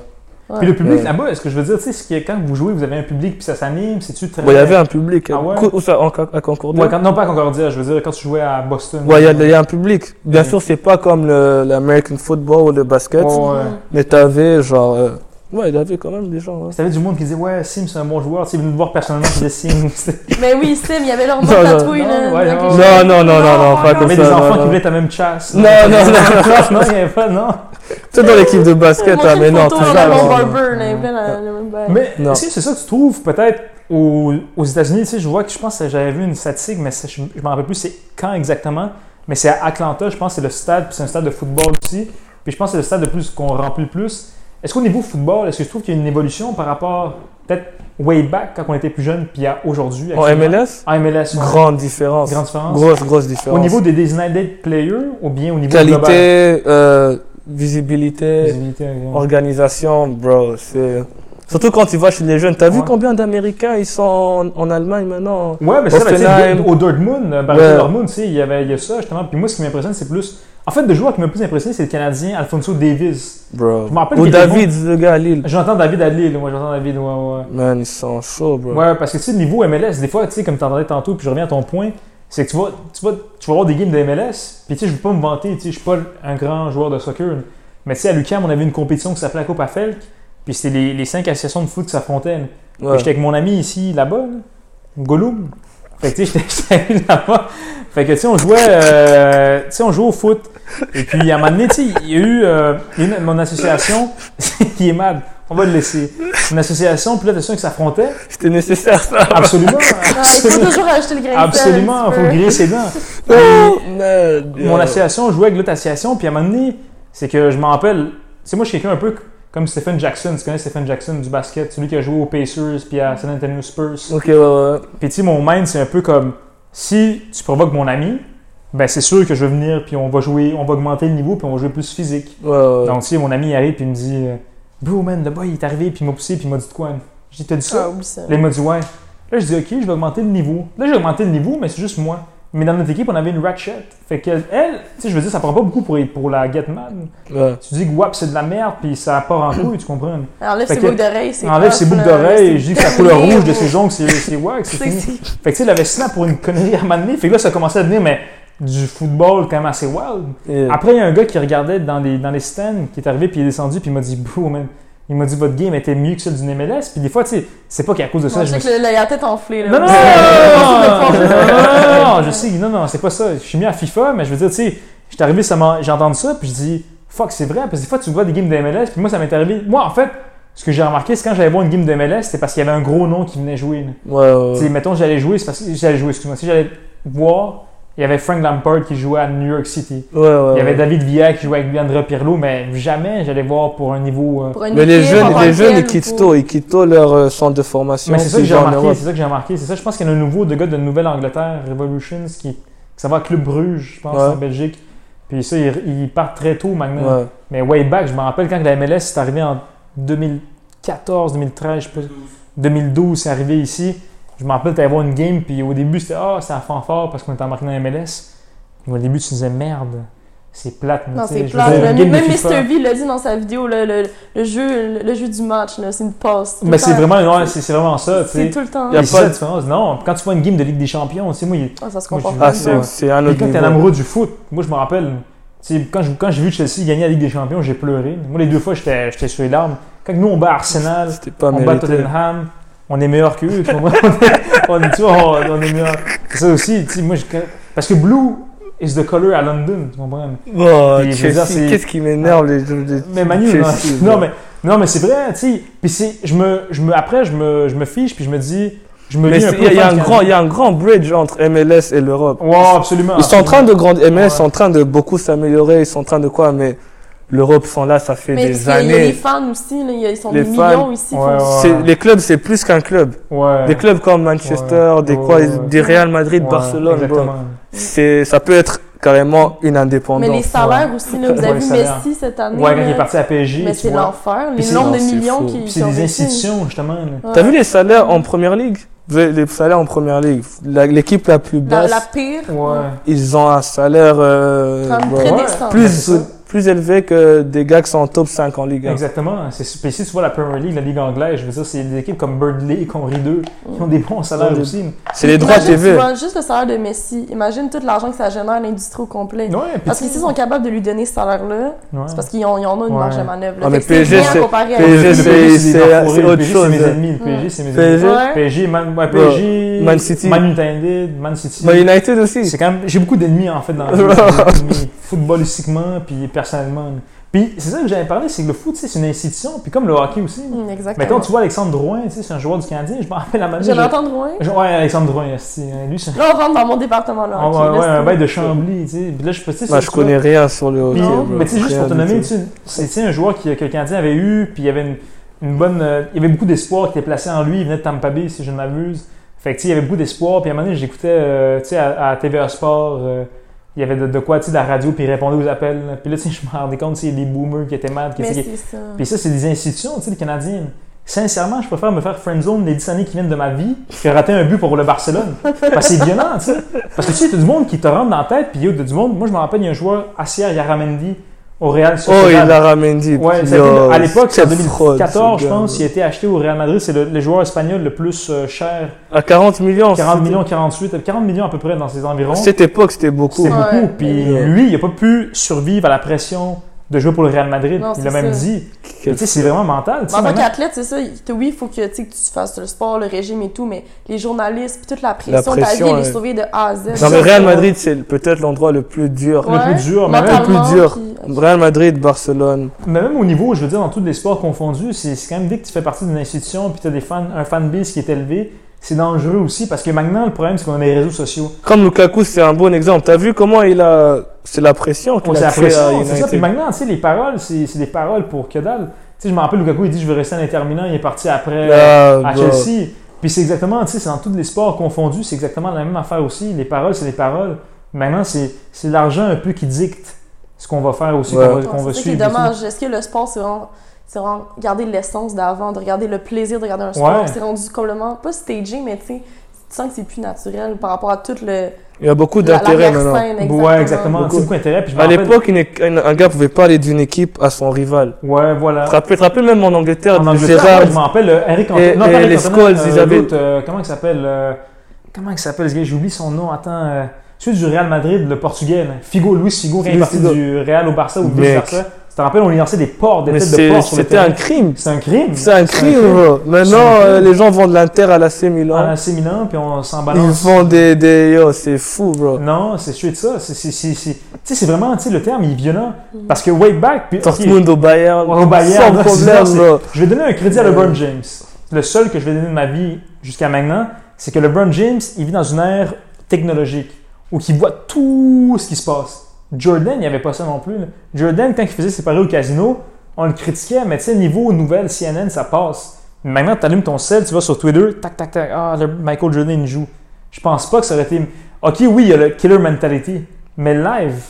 Ouais. Puis le public Ouais. là-bas, est-ce que je veux dire, tu sais, ce qui est- quand vous jouez, vous avez un public, puis ça s'anime, c'est-tu très. Bon, il y avait un public. Ah ouais? Cou- Où ça, en- à Concordia Ouais, quand- non, pas à Concordia, je veux dire, quand tu jouais à Boston. Ouais, il y a- il y, a un public. Bien Ouais. sûr, c'est pas comme le- l'American football ou le basket. Ouais, ouais. Mais t'avais genre. euh, Ouais, il y avait quand même des gens. hein. ouais. T'avais du monde qui disait, ouais, Sim, c'est un bon joueur, tu sais, il est venu te voir personnellement, tu disais Sim. Mais oui, Sim, il y avait leur nom Non, non, tatoué, non, là. ouais, avec les non. gens. Non, non, non, non, non, pas Il y comme avait ça. des non, enfants non. qui voulaient ta même chasse. Non, non, non, non, il n'y avait pas, non. Toi, dans l'équipe de basket, Montrer ah, mais une non, photo, tu là, vas, dans mon non, non. barber, là, il y avait la- la même bague. Mais Non. est-ce que c'est ça que tu trouves peut-être aux, aux États-Unis? Tu sais, je vois que je pense que j'avais vu une statistique, mais c'est- je ne me rappelle plus c'est quand exactement. Mais c'est à Atlanta, je pense que c'est le stade, puis c'est un stade de football aussi. Puis je pense que c'est le stade de plus qu'on remplit le plus. Est-ce qu'au niveau football, est-ce que tu trouves qu'il y a une évolution par rapport, peut-être way back quand on était plus jeune, puis à aujourd'hui? En actuellement? MLS, En MLS, ouais. grande différence. Grande différence. Grosse, grosse Au différence. niveau des designated players ou bien au niveau global? qualité, euh, visibilité, Visibilité, ouais. organisation, bro, c'est. Surtout quand tu vas chez les jeunes, t'as vu Ouais. combien combien d'Américains ils sont en, Allemagne maintenant Ouais, mais c'est ça, ben, tu sais, Offenheim. au Dortmund, euh, par Ouais. exemple, Dortmund, tu sais, il y avait il y a ça justement. Puis moi, ce qui m'impressionne, c'est plus. En fait, le joueur qui m'a le plus impressionné, c'est le Canadien Alfonso Davis. Bro. Je me rappelle Ou qu'il était David, le gars à Lille. J'entends David à Lille, moi, j'entends David, ouais, ouais. Man, ils sont chauds, bro. Ouais, parce que tu sais, niveau MLS, des fois, tu sais, comme t'entendais tantôt, puis je reviens à ton point, c'est que tu vas, tu vas, tu vas voir des games de MLS, puis tu sais, je veux pas me vanter, tu sais, je suis pas un grand joueur de soccer, mais tu sais, à l'UQAM, on avait une compétition qui s'appelait la Coupe à Felk, puis c'était les, les cinq associations de foot qui s'affrontaient. là. Puis Ouais. J'étais avec mon ami ici, là-bas, là, Gollum. Fait que, tu sais, [LAUGHS] j'étais- j'étais allé là-bas. Fait que, tu sais, on jouait, euh, tu sais, on jouait au foot. Et puis, à un moment donné, tu sais, il y a eu, euh, il y a eu mon association [LAUGHS] qui est mad. On va le laisser. Une association, puis là, t'as sûr qui s'affrontait. C'était nécessaire, [LAUGHS] ça. [LAUGHS] Absolument. Ah, il faut toujours acheter le grain de sel, un Absolument. Il faut petit peu. griller ses dents. Man, Mon yeah. association, je jouais avec l'autre association, puis à un moment donné, c'est que je m'en rappelle. Tu sais, moi, je suis quelqu'un un peu. Comme Stephen Jackson, tu connais Stephen Jackson du basket, celui qui a joué aux Pacers puis à San Antonio Spurs. Ok, ouais, ouais. Puis tu sais, mon mind, c'est un peu comme si tu provoques mon ami, ben c'est sûr que je vais venir puis on va jouer, on va augmenter le niveau puis on va jouer plus physique. ouais, ouais. Donc tu sais, mon ami il arrive puis il me dit euh, Bro man, le boy il est arrivé puis il m'a poussé puis il m'a dit de quoi man? Je dis T'as dit ça Ah, oublie ça. Là, il m'a dit ouais. Là, je dis ok, je vais augmenter le niveau. Là, j'ai augmenté le niveau, mais c'est juste moi. Mais dans notre équipe, on avait une Ratchet. Fait qu'elle, elle, tu sais, je veux dire, ça prend pas beaucoup pour, pour la Get Mad. ouais. Tu dis que WAP, c'est de la merde, puis ça part en couille, tu comprends? Enlève Fait ses que- boucles d'oreilles, c'est Enlève rough, ses boucles là, d'oreilles, c'est je dis que [LAUGHS] la couleur terminé, rouge de bro. ses ongles, c'est c'est wack, c'est C'est- fini. c'est- Fait que tu sais, il avait snap pour une connerie à un moment donné. Fait que là, ça commençait à devenir, mais du football quand même assez wild. Et- Après, il y a un gars qui regardait dans les, dans les stands, qui est arrivé, puis il est descendu, puis il m'a dit, bro, man. Il m'a dit, votre game était mieux que celle du MLS. Puis des fois, tu sais, c'est pas qu'à cause de ça, On je me sait que le- la tête enflée, là. [LAUGHS] non, non, C'est- c'est- c'est- non, non, non, c'est- non, non, non, je sais, non, non, c'est pas ça. Je suis mis à FIFA, mais je veux dire, tu sais, j'étais arrivé, ça m'a- j'ai entendu ça, puis je dis, fuck, c'est vrai, parce que des fois, tu vois des games de MLS, puis moi, ça m'est arrivé. Moi, en fait, ce que j'ai remarqué, c'est quand j'allais voir une game de MLS, c'était parce qu'il y avait un gros nom qui venait jouer. là. Ouais, ouais, Tu ouais. sais, mettons, j'allais jouer, c'est parce que j'allais jouer, excuse-moi, si j'allais voir, il y avait Frank Lampard qui jouait à New York City. Ouais, ouais, Il y avait ouais. David Villa qui jouait avec Leandro Pirlo, mais jamais j'allais voir pour un niveau. euh, pour une Mais les équipe, en jeunes, tant les que jeunes telle, ils quittent faut- tôt, ils quittent tôt leur euh, centre de formation. Mais c'est ça que s'ils j'ai vont en remarqué, Europe. c'est ça que j'ai remarqué. C'est ça, je pense qu'il y en a un nouveau de gars de Nouvelle-Angleterre, Revolutions, qui, qui s'en va à Club Bruges, je pense, Ouais. en Belgique. Puis ça, ils, ils partent très tôt maintenant. Ouais. Mais way back, je me rappelle quand la MLS est arrivée en 2014, 2013, je sais pas, 2012, c'est arrivé ici. Je me rappelle, t'allais voir une game, puis au début, c'était Ah, c'est à fanfare parce qu'on était embarqué dans la MLS. Puis au début, tu disais Merde, c'est plate. mais Non, tu sais, c'est je veux plat. dire, là. une Même game de FIFA. Mr. V l'a dit dans sa vidéo, là, le, le jeu, le, le jeu du match, là, c'est une passe. tout le Mais c'est temps. vraiment, non, c'est c'est vraiment ça. tu sais. C'est tout le temps. Y a Et c'est ça pas- la différence. Non, quand tu vois une game de Ligue des Champions, tu sais, moi, il- Ah, ça se Moi, je comporte. suis- Ah, pas. c'est- c'est un Puis autre quand t'es niveau. un amoureux du foot, moi je me rappelle, tu sais, quand, je- quand j'ai vu Chelsea gagner la Ligue des Champions, j'ai pleuré. Moi les deux fois j'étais j'étais sur les larmes. Quand nous on bat Arsenal, C'était pas on bat mérité. Tottenham, on est meilleur que eux, tu comprends? [LAUGHS] on est, on est- tu vois, on- on est meilleur. C'est Ça aussi, tu sais, moi je- parce que blue is the color à London, tu comprends? Oh, Puis, je veux dire, Chelsea, c'est- qu'est-ce qui m'énerve les les- Mais Manu, non, Chelsea, non, genre. mais non mais c'est vrai, tu sais. Puis c'est- je me, je me après je me, je me fiche puis je me dis, je me Mais lis un c'est- peu il y, a- il y a au un fond, grand- il y a un grand bridge entre MLS et l'Europe. Wow, absolument. Ils sont en train de grandir, MLS Ouais. sont en train de beaucoup s'améliorer, ils sont en train de quoi, mais l'Europe sont là, ça fait Mais des il y a les années. fans aussi, là, il y a- ils sont Les des fans. millions ici. Ouais, faut- ouais. C'est- Les clubs, c'est plus qu'un club. Ouais. Des clubs comme Manchester, Ouais. des Ouais, quoi, ouais. des Real Madrid, Ouais, Barcelone, bro. exactement. C'est, ça peut être carrément une Mais les indépendance. salaires aussi, là, vous Ouais, avez les vu salaires. Messi cette année. Ouais, quand il est là. parti à PSG, Mais tu c'est vois. l'enfer, Puis les c'est- nombres de non, c'est millions fou. qui. Puis qui c'est ont des vécu. institutions, justement. là. Ouais. T'as vu les salaires en première ligue? Vous avez Les salaires en première ligue. La- l'équipe la plus La, basse, la pire. Ouais. ils ont un salaire, euh, Comme bon, très ouais. décente. Ben, plus, c'est ça. plus élevé que des gars qui sont en top 5 en ligue. Exactement. C'est- Puis si tu vois la Premier League, la Ligue anglaise, je veux dire, c'est des équipes comme Burnley, Conry 2, Mm. qui ont des bons salaires Ouais. aussi. C'est les droits Imagine, tu TV. vois, juste le salaire de Messi. Imagine tout l'argent que ça génère l'industrie au complet. Ouais, puis Parce qu'ici, ils sont capables de lui donner ce salaire-là. ouais. C'est parce qu'ils ont- ils en ont une Ouais. marge de manœuvre. là. Ah, mais Fait que PSG, rien c'est- comparé à- PSG, Le c'est- PSG, c'est- des c'est enfoirés. autre Le PSG, c'est chose. mes ennemis. Le Ouais. PSG, c'est mes ennemis. PSG, Ouais. PSG, Man, ouais, Ouais. PSG, Man City. Man United, Man City. Mais United aussi. C'est quand même. J'ai beaucoup d'ennemis en fait dans le [LAUGHS] footballistiquement footballistiquement puis personnellement. Puis c'est ça que j'avais parlé, c'est que le foot, tu sais, c'est une institution. Puis comme le hockey aussi. Hum, Mais quand Exactement. tu vois Alexandre Drouin, tu sais, c'est un joueur du Canadien, je me rappelle à ma Jonathan Drouin. Je- Ouais, Alexandre Drouin, esti, hein, lui, c'est Là, on rentre dans mon département. Là, Ah, ok, ouais, là, ouais, un c'est- bail de Chambly, tu sais. Puis là, je peux, tu sais, Moi, c'est- Bah, je connais rien sur le hockey. Puis, Non, bro. mais tu sais, juste Rien pour te du nommer, tout. tu sais, c'est tu sais, un joueur qui, que le Canadien avait eu, puis il y avait une, une bonne. euh, il y avait beaucoup d'espoir qui était placé en lui, il venait de Tampa Bay, si je ne m'abuse. Fait que, tu sais, il y avait beaucoup d'espoir, puis à un moment donné, j'écoutais, euh, tu sais, à, à TVA Sport, euh, il y avait de, de quoi, tu sais, de la radio, puis il répondait aux appels. là. Puis là, tu sais, [LAUGHS] je me rendais compte, tu sais, il y a des boomers qui étaient mad, qui Mais étaient- c'est ça. puis ça, c'est des institutions, tu sais, les Canadiennes. Sincèrement, je préfère me faire friendzone les 10 années qui viennent de ma vie que rater un but pour le Barcelone. Parce que c'est violent, tu sais. Parce que tu sais, t'as du monde qui te rentre dans la tête, puis il y a du monde. Moi, je me rappelle, il y a un joueur, Asier Yaramendi, au Real Oh, il Sociedad. a ramené. Ouais, ça a été- à l'époque, c'est en 2014, je pense, il a été acheté au Real Madrid. C'est le, le joueur espagnol le plus euh, cher. À 40 millions. 40 c'était- millions, 48, 40 millions à peu près dans ces environs. À cette époque, c'était C'était beaucoup. Ouais. beaucoup. Puis Ouais. lui, il n'a pas pu survivre à la pression de jouer pour le Real Madrid. Non, il l'a c'est même ça. dit. Quel- Tu sais, c'est vraiment mental. tu Mais sais, en tant maintenant. qu'athlète, c'est ça. il- Oui, il faut que, tu sais, que tu fasses le sport, le régime et tout, mais les journalistes, puis toute la pression, ta vie, pression, elle est ouais. sauvée de A à Z. Non, mais Real Madrid, c'est peut-être l'endroit le plus dur. Ouais. plus dur, mais même le plus mentalement, dur. puis- Real Madrid, Barcelone. Mais même au niveau, je veux dire, dans tous les sports confondus, c'est c'est quand même dès que tu fais partie d'une institution puis tu as des fans, un fanbase qui est élevé, c'est dangereux aussi parce que maintenant, le problème, c'est qu'on a les réseaux sociaux. Comme Lukaku, c'est un bon exemple. T'as vu comment il a. C'est la pression qu'il On a s'est créée à apprécié, c'est ça. United. Puis maintenant, tu sais, les paroles, c'est c'est des paroles pour que dalle. Tu sais, je me rappelle, Lukaku, il dit, je veux rester un interminant, il est parti après euh, Là, à bro. Chelsea. Puis c'est exactement, tu sais, c'est dans tous les sports confondus, c'est exactement la même affaire aussi. Les paroles, c'est les paroles. Maintenant, c'est c'est l'argent un peu qui dicte ce qu'on va faire aussi, Ouais. qu'on va, Ouais, qu'on va euh, c'est ça qui est suivre. et tout. dommage. Est-ce que le sport, c'est vraiment, c'est vraiment garder l'essence d'avant, de regarder le plaisir de regarder un sport? Ouais. C'est rendu complètement, pas stagé, mais tu sais, tu sens que c'est plus naturel par rapport à tout le. Il y a beaucoup la- d'intérêt l'arrière-scène, maintenant. Ouais, exactement. Beaucoup. C'est beaucoup d'intérêt. Puis je me À rappelle- l'époque, une é- un un gars pouvait parler d'une équipe à son rival. Ouais, voilà. Tu te rappelles- tu te rappelles même en Angleterre, En de Angleterre, Gerrard, ouais, je me rappelle, euh, Eric Cantona- et- non, et pas Eric les Cantona, Scholes, ils euh, avaient- l'autre, euh, comment il s'appelle euh, Comment il s'appelle ce gars J'oublie son nom. Attends. euh, celui du Real Madrid, le portugais. là. Figo, Luis Figo, qui est Luis parti Figo. du Real au Barça ou vice Mec. versa. Tu te rappelles, on lui lançait des porcs, des mais têtes de c'est- porcs sur le c'était terrain. un crime. C'est un crime. C'est un crime, bro. Maintenant, crime. euh, les gens vendent l'Inter à l'AC On Milan. a assez Milan, puis on s'en Ils balance. vendent des, des... Yo, c'est fou, bro. Non, c'est straight ça. C'est- c'est- c'est- c'est- Tu sais, c'est vraiment, tu sais, le terme, il est violent. Parce que way back, puis. ok, Dortmund au Bayern. Au Bayern, Sans là, [LAUGHS] problème, c'est- bro. Je vais donner un crédit à Euh. LeBron James. Le seul que je vais donner de ma vie jusqu'à maintenant, c'est que LeBron James, il vit dans une ère technologique où il voit tout ce qui se passe. Jordan, il n'y avait pas ça non plus. là. Jordan, quand il faisait ses paris au casino, on le critiquait, mais tu sais, niveau nouvelles CNN, ça passe. Maintenant, tu allumes ton cell, tu vas sur Twitter, tac, tac, tac, ah, le- Michael Jordan, il joue. Je pense pas que ça aurait été. Ok, oui, il y a le killer mentality, mais live,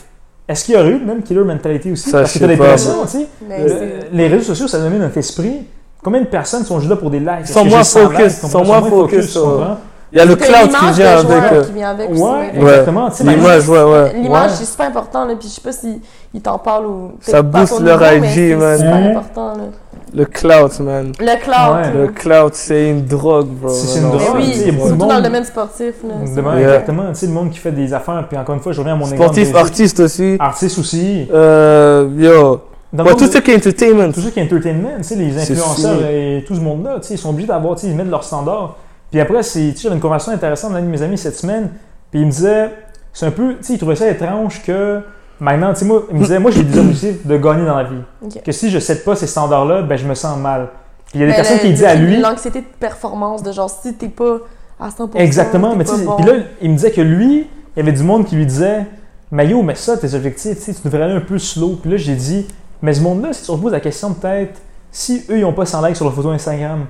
est-ce qu'il y aurait eu le même killer mentality aussi Ça, Parce que je sais t'as pas. l'impression, tu sais. Mais Le- Euh, les réseaux sociaux, ça domine notre esprit. Combien de personnes sont juste là pour des likes? Sont Est-ce que moins j'ai 100 likes? focus, Sont- sont sont moins focus, focus, tu comprends? Il y a le T'as cloud l'image qui vient de joueur avec. euh, qui vient avec aussi, Ouais, ouais. ouais. exactement. Tu sais, la- L'image, ouais, ouais. L'image, Ouais. c'est super important, là, puis je sais pas si ils t'en parlent ou... Ça peut-être pas à booste ton leur niveau, IG, mais c'est man. super Mhm. important, là. Le cloud, man. Le cloud, Ouais. Le cloud, c'est une drogue, bro. C'est- c'est une Vraiment, Mais drogue, oui, tu sais, une beaucoup de surtout drogue. dans monde- le domaine sportif, là. c'est- Demain, Yeah. Exactement. Tu sais, le monde qui fait des affaires, puis encore une fois, je reviens à mon Sportif, exemple. artiste aussi. artiste aussi. Euh, yo. Dans le Ouais, monde tout de- ce qui est entertainment. tout ce qui est entertainment, tu sais, les C'est influenceurs fou. et tout ce monde-là, tu sais, ils sont obligés d'avoir, tu sais, ils mettent leur standard. Puis après, c'est, tu sais, j'avais une conversation intéressante avec un de mes amis cette semaine, puis il me disait, c'est un peu, tu sais, il trouvait ça étrange que maintenant, tu sais, moi, il me disait, moi, j'ai des objectifs de gagner dans la vie. Ok. Que si je ne cède pas ces standards-là, ben, je me sens mal. Puis il y a des Mais personnes Ben, le- qui disent à lui, L'anxiété de performance, de genre, si t'es pas à 100%, Exactement, t'es mais tu pas sais, bon. puis là, il me disait que lui, il y avait du monde qui lui disait Mais yo, mais ça, tes objectifs, tu sais, tu devrais aller un peu slow. Puis là, j'ai dit Mais ce monde-là, si tu reposes la question peut-être, si eux, ils n'ont pas 100 likes sur leur photo Instagram,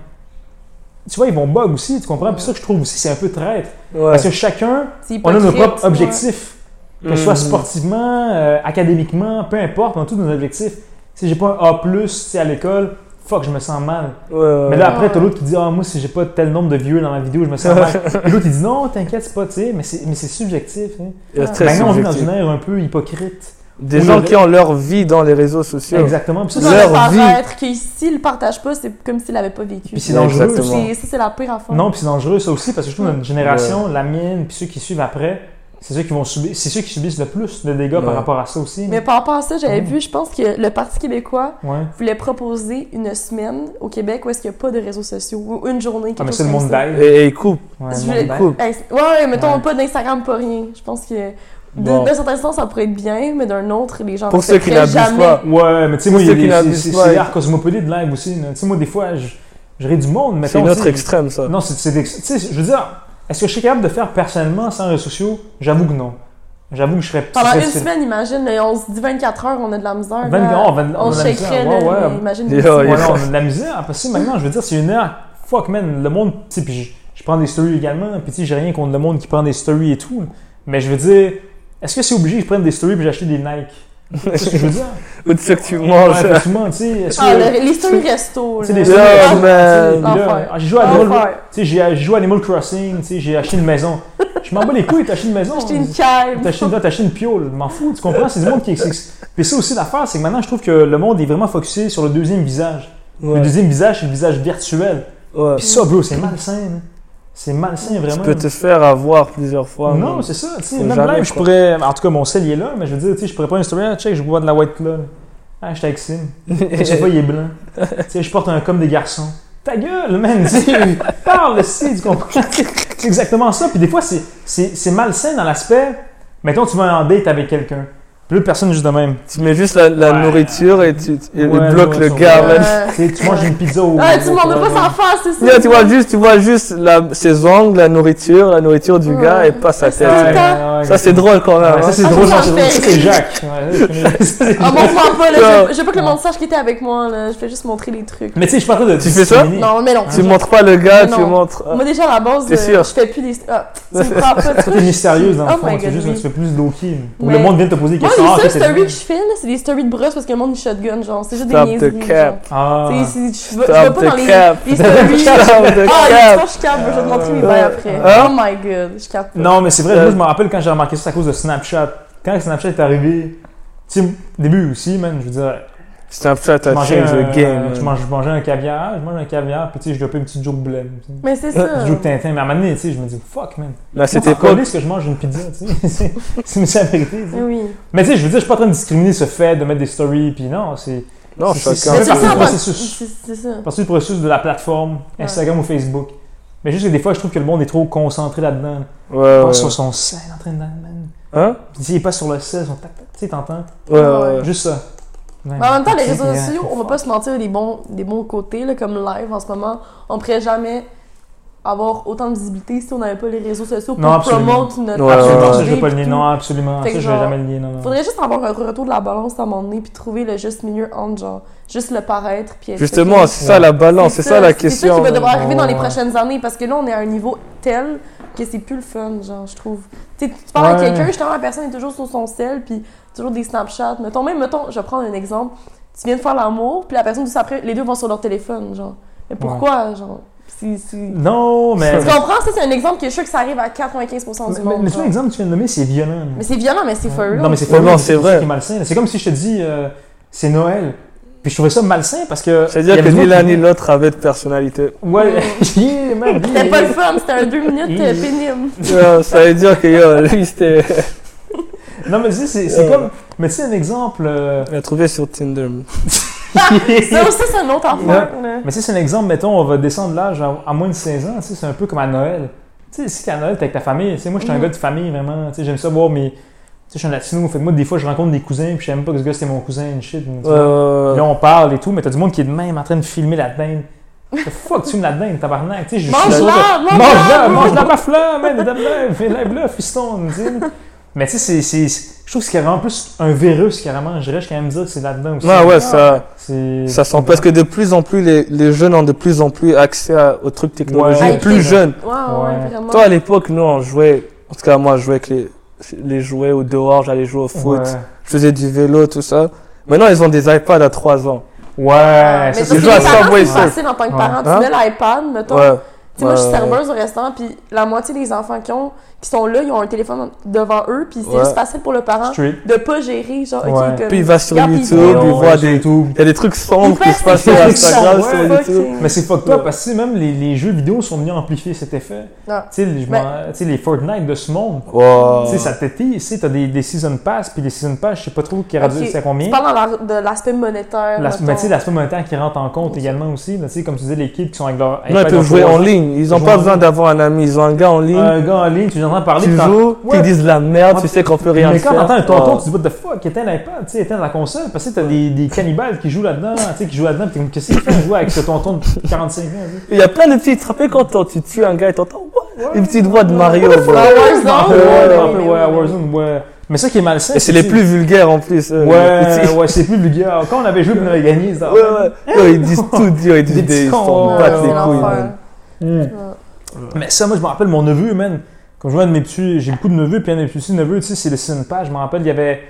tu vois, ils vont bug aussi, tu comprends? Puis ça, que je trouve aussi, c'est un peu traître. Ouais. Parce que chacun, C'est on a nos hypocrite, propres ouais. Hmm. objectifs. Que ce soit Mhm. sportivement, euh, académiquement, peu importe, on a tous nos objectifs. Si j'ai pas un A, tu sais, à l'école, fuck, je me sens mal. Ouais, ouais, Mais là, Ouais. après, t'as l'autre qui dit Ah, moi, si j'ai pas tel nombre de viewers dans ma vidéo, je me [LAUGHS] sens mal. Et l'autre, il dit Non, t'inquiète, c'est pas, tu sais, mais c'est mais c'est subjectif. hein. ouais. Maintenant, Très Maintenant, on vit dans subjectif. une ère un peu hypocrite. Des où gens le- qui ont leur vie dans les réseaux sociaux. Exactement. Puis ça, Tout c'est- dans le Leur vie. paraître, que s'il le partage pas, c'est comme s'il l'avait pas vécu. puis c'est dangereux. Exactement. C'est- Ça, c'est la pire affaire. Non, puis c'est dangereux, ça aussi, parce que je trouve que Hmm. notre génération, la mienne, puis ceux qui suivent après, c'est ceux qui vont subir, c'est ceux qui subissent le plus de dégâts Ouais. par rapport à ça aussi. Mais par rapport à ça, j'avais Mhm. vu, je pense que le Parti québécois Ouais. Ah, voulait proposer une semaine au Québec où est-ce qu'il n'y a pas de réseaux sociaux, ou une journée, Ah, quelque mais chose c'est le comme monde ça. d'ailleurs. Et, et ils coupent. Ouais, Je le voulais- monde d'ail. Cool. Ex- Ouais, ouais, mettons Ouais. pas d'Instagram, pas rien. Je pense que de- Bon. d'un certain sens, ça pourrait être bien, mais d'un autre, les gens Pour ceux qui respecteraient n'abusent jamais. pas. Ouais, mais tu sais, moi, C'est il y a ceux qui des- c'est- l'abusent c'est pas, c'est ils- l'art cosmopolite de live aussi. là. Tu sais, moi, des fois, je, je ris du monde. C'est mettons, une tu autre sais, extrême, ça. Non, c'est c'est des- tu sais, je veux dire, est-ce que je suis capable de faire personnellement sans réseaux sociaux J'avoue que non. J'avoue que je serais Pendant je Ah bah, une serais- semaine, imagine, là, on se dit 24 heures, on a de la misère. 20 là. oh, 20 on a de la misère. shakerait, Ouais, là, ouais. mais imagine. Yo, d'ici- Ouais, yo. non, on a de la misère. Parce que maintenant, je veux dire, c'est une heure. Fuck, man, le monde. Tu sais, puis je, je prends des stories également. Puis tu sais, j'ai rien contre le monde qui prend des stories et tout. Mais je veux dire, est-ce que c'est obligé que je prenne des stories puis j'achète des Nike C'est ce que je veux dire. Ou de ceux que [LAUGHS] tu Ouais, manges. effectivement, tu sais, est-ce que. Ah, le- les stories resto. là. tu Ah, sais, les [LAUGHS] Yo, stories, tu sais, man. puis là, L'enfer. ah, J'ai joué à Ah, Animal- ouais. tu sais, j'ai j'ai joué à Animal Crossing, tu sais, j'ai acheté une maison. Je m'en bats les couilles, t'as acheté une maison. Acheter une cave. T'as acheté une, t'as acheté une piole, je m'en fous, tu comprends? C'est du monde qui existe. Puis ça aussi, l'affaire, c'est que maintenant, je trouve que le monde est vraiment focusé sur le deuxième visage. Ouais, Le deuxième visage, c'est le visage virtuel. ouais. Puis ça, bro, c'est malsain. hein. C'est malsain, Tu vraiment. peux te faire avoir plusieurs fois. Non, man. c'est ça. tu sais, Faut même jamais, live, je quoi. pourrais. En tout cas, mon sel, il est là, mais je veux dire, tu sais, je pourrais pas une story. Ah, check, je bois de la White Claw. Ah, je avec Sim. Je sais pas, il est blanc. tu sais, je porte un comme des garçons. Ta gueule, man. tu sais, [LAUGHS] Parle aussi, tu comprends? c'est exactement ça. Puis des fois, c'est- c'est c'est malsain dans l'aspect. Mettons, tu vas en date avec quelqu'un. Puis l'autre personne, juste de même. [LAUGHS] Tu mets juste la, la Ouais. nourriture et tu et- et Ouais, bloques le nourriture. gars, man. Euh, Tu sais, tu manges une pizza au. Ah, tu m'en veux au- pas sans face, c'est ça. Ah, Yeah, tu vois juste, tu vois juste la, ses ongles, la nourriture, la nourriture du Ouais. gars et pas sa Ouais, Ouais, tête. ouais, ça, ouais, Ça, c'est drôle quand même. Ouais, ça, hein. c'est Ah, drôle, ça, non, j'en c'est drôle. fais. Ça, c'est [LAUGHS] Jacques. Ouais, je connais- ça, c'est- Ah, montre-moi pas, là. Non. Je veux- je veux pas que le monde sache qui était avec moi, là. Je fais juste montrer les trucs. Mais tu sais, je suis pas en train de. Tu fais ça? discriminer. Non, mais non. Tu montres pas le gars, Mais tu non. montres. Moi, déjà, à la base, T'es euh, sûr? je fais plus des. Ah, tu me prends pas de Toi, [LAUGHS] t'es trucs. mystérieuse dans le Oh my fond. C'est God, juste que oui. tu fais plus low-key. Où Mais- le monde vient de te poser des Moi, questions. Ah, les ça, seules stories que je filme, c'est des stories de brosse parce que le monde il shotgun, genre. C'est juste des Stop niaiseries. the genre. cap. Ah. Tu sais, c'est- Je vais je vais Stop pas dans les the cap. les Stop [LAUGHS] stories. the Ah, les cap. histoires, je capte, je vais te montrer mes Euh, bails après. hein? Oh my god, je capte. pas. Non, mais c'est vrai, Euh, moi je me rappelle quand j'ai remarqué ça c'est à cause de Snapchat. Quand Snapchat est arrivé, tu sais, au début aussi, man, je veux dire, Snapchat je a mangeais, changed un, the game. hein. je, man. mange- je mangeais un caviar, je mange un caviar, puis tu sais, je dropais une petite joke blême. tu sais. Mais c'est Euh, ça. Je joue que Tintin, mais à un moment donné, tu sais, je me dis, fuck, man. Mais à cette C'était époque, collé ce que je mange une pizza, tu sais. [LAUGHS] C'est- c'est mais c'est la vérité, tu sais. Oui. Mais tu sais, je veux dire, je suis pas en train de discriminer ce fait de mettre des stories, puis non, c'est. non, c'est- Mais chacun. c'est- c'est ça, partie du parce- processus. c'est- C'est ça. partie du processus de la plateforme, Ouais. Instagram ou Facebook. Mais juste que des fois, je trouve que le monde est trop concentré là-dedans. Ouais, Ah ouais. Ils sont sur son sel, en train de. man. Hein? Puis s'il est pas sur le sel, ils sont tac, tac, tu sais, t'entends. Ouais, ouais. ouais. Juste ça. Mais en même temps, les réseaux sociaux, on va pas se mentir des bons, des bons côtés, là, comme live en ce moment. On pourrait jamais avoir autant de visibilité si on n'avait pas les réseaux sociaux pour Non, absolument. promouvoir notre Ouais, Absolument, ouais, ça idée je vais pas le puis tout. nier, non, absolument. Fait Ça que je vais genre, jamais le nier, non, non. Faudrait juste avoir un retour de la balance à un moment donné, puis trouver le juste milieu entre genre, juste le paraître, puis être Justement, heureux. c'est ça la balance, c'est ça la C'est ça question. qui va devoir arriver dans les Ouais. prochaines années, parce que là, on est à un niveau tel que c'est plus le fun, genre, je trouve. Tu sais, tu parles à Ouais. quelqu'un, justement, la personne est toujours sur son sel, puis toujours des Snapchats. Mettons, même, mettons, je vais prendre un exemple. Tu viens de faire l'amour, puis la personne, juste après, les deux vont sur leur téléphone, genre. Mais pourquoi, genre? Si, si- Non, mais. Tu comprends? Ça, c'est un exemple que je suis sûr que ça arrive à 95% Mais- du mais- monde. Mais tu vois, genre. l'exemple que tu viens de nommer, c'est violent. Mais c'est violent, mais c'est for real. Non, mais c'est Ouais, pas non, c'est vrai. C'est malsain. là. C'est comme si je te dis, euh, c'est Noël. Puis je trouvais ça malsain parce que. C'est-à-dire il y que avait ni du l'un monde qui- ni l'autre avait de personnalité. Ouais, [LAUGHS] yeah, man, C'était yeah. pas le fun, c'était un deux minutes euh, [LAUGHS] Mmh. pénible. Euh, ça veut dire que yo, lui, c'était. Non, mais tu sais, c'est c'est Euh. comme. Mais tu sais, un exemple. euh, On l'a trouvé sur Tinder. Ça aussi, c'est un autre affaire, là. Mais tu sais, c'est un exemple, mettons, on va descendre l'âge à, à moins de 16 ans, tu sais, c'est un peu comme à Noël. Tu sais, si t'es à Noël, t'es avec ta famille, tu sais, moi, je suis un Mm. Mhm. gars de famille, vraiment, tu sais, j'aime ça voir mes... Tu sais, je suis un latino, fait que moi, des fois, je rencontre des cousins, puis je sais même pas que ce gars, c'est mon cousin, une shit. tu Ouais, vois. ouais, Puis ouais. Là, on parle et tout, mais t'as du monde qui est de même en train de filmer la dinde. The fuck, tu me la dinde, tabarnak, tu sais, je je suis sûr Mange-la, que- Mange-la, mange-la! mange-la, baffe-la, man, donne-la, fais-la, fiston, tu sais. Mais tu sais, c'est- c'est... c'est- Je trouve que c'est vraiment plus un virus, carrément, je dirais, je quand même dire que c'est là-dedans aussi. Ah, Non, Ah, ouais, ça, C'est- ça sent parce que de plus en plus les, les jeunes ont de plus en plus accès à- aux trucs technologiques Ouais. plus jeunes. Ouais, ouais, Ouais. vraiment. Toi à l'époque, nous on jouait, en tout cas moi je jouais avec les, les jouets au dehors, j'allais jouer au foot, Ouais. je faisais du vélo, tout ça. Maintenant ils ont des iPads à 3 ans. Ouais, Ah, ça mais c'est parce que joue à les parents, Subway c'est Surf. facile en tant que Ouais. parent. Tu Hein? mets l'iPad, mettons. Ouais. Tu sais, moi, je suis Ouais, ouais. serveuse au restaurant, puis la moitié des enfants qui, ont, qui sont là, ils ont un téléphone devant eux, puis c'est Ouais. juste facile pour le parent street. Mm. de pas gérer, genre, OK, Ouais. comme... Puis il va sur Regarde, YouTube, vidéo. il voit des... tout. Il y a des trucs sombres Il qui fait se passent ses sur trucs Instagram, sur sombres, Fuck, YouTube. c'est- Mais c'est fucked up parce que tu sais, même les, les jeux vidéo sont venus amplifier cet effet. Tu Ouais. sais, les- je Ah. Mais- m'en- tu sais, les Fortnite de ce monde. Wow. Tu sais, ça t'étille, tu sais, t'as des, des season pass, puis les season pass, je sais pas trop qui est rendu, Ok. c'est à Tu combien. parles dans la- de l'aspect monétaire, La, mettons. mais tu sais, l'aspect monétaire qui rentre en compte également aussi. là, Tu sais, comme tu disais, les kids qui sont avec leur. Non, ils iPad, peuvent jouer en jouent- ligne. Ils n'ont Jouer pas en besoin ligne. d'avoir un ami. Ils ont un gars en ligne. Un Euh, gars en ligne, tu les entends parler. Tu puis t'en- joues, Ouais. ils disent la merde, tu sais qu'on peut rien mais faire. quand t'entends un tonton, Oh. tu dis what the fuck, éteins l'iPad, tu sais, éteins la console, parce que t'as des, des cannibales qui jouent là-dedans, tu sais, qui jouent là-dedans, puis t'es comme, qu'est-ce qu'il fait à jouer avec ce tonton de 45 ans, tu sais? Il y a plein de petits frappés quand t'en- tu tues un gars et t'entends ouais, une petite voix [LAUGHS] de Mario. bro. Ah, Je m'en rappelle, Ouais, ouais, ouais, je m'en rappelle, ouais, ouais, ouais. Warzone, ouais. Mais ça qui est malsain. Et c'est les que- plus vulgaires en plus. euh, les Ouais, petits. ouais, c'est plus vulgaire. Quand on avait joué, puis on avait gagné, ça. Ouais, ouais. Yo, ils [LAUGHS] disent tout, yo, Des ils disent petits des. Ils cons, s'en Ouais, pas battent c'est les l'enfer. couilles. man. Mm. Mais ça, moi, je me rappelle mon neveu, man. Quand je vois un de mes petits, j'ai beaucoup de neveux, puis un de mes petits neveux, tu sais, c'est le Sin Page. Je me rappelle, il y avait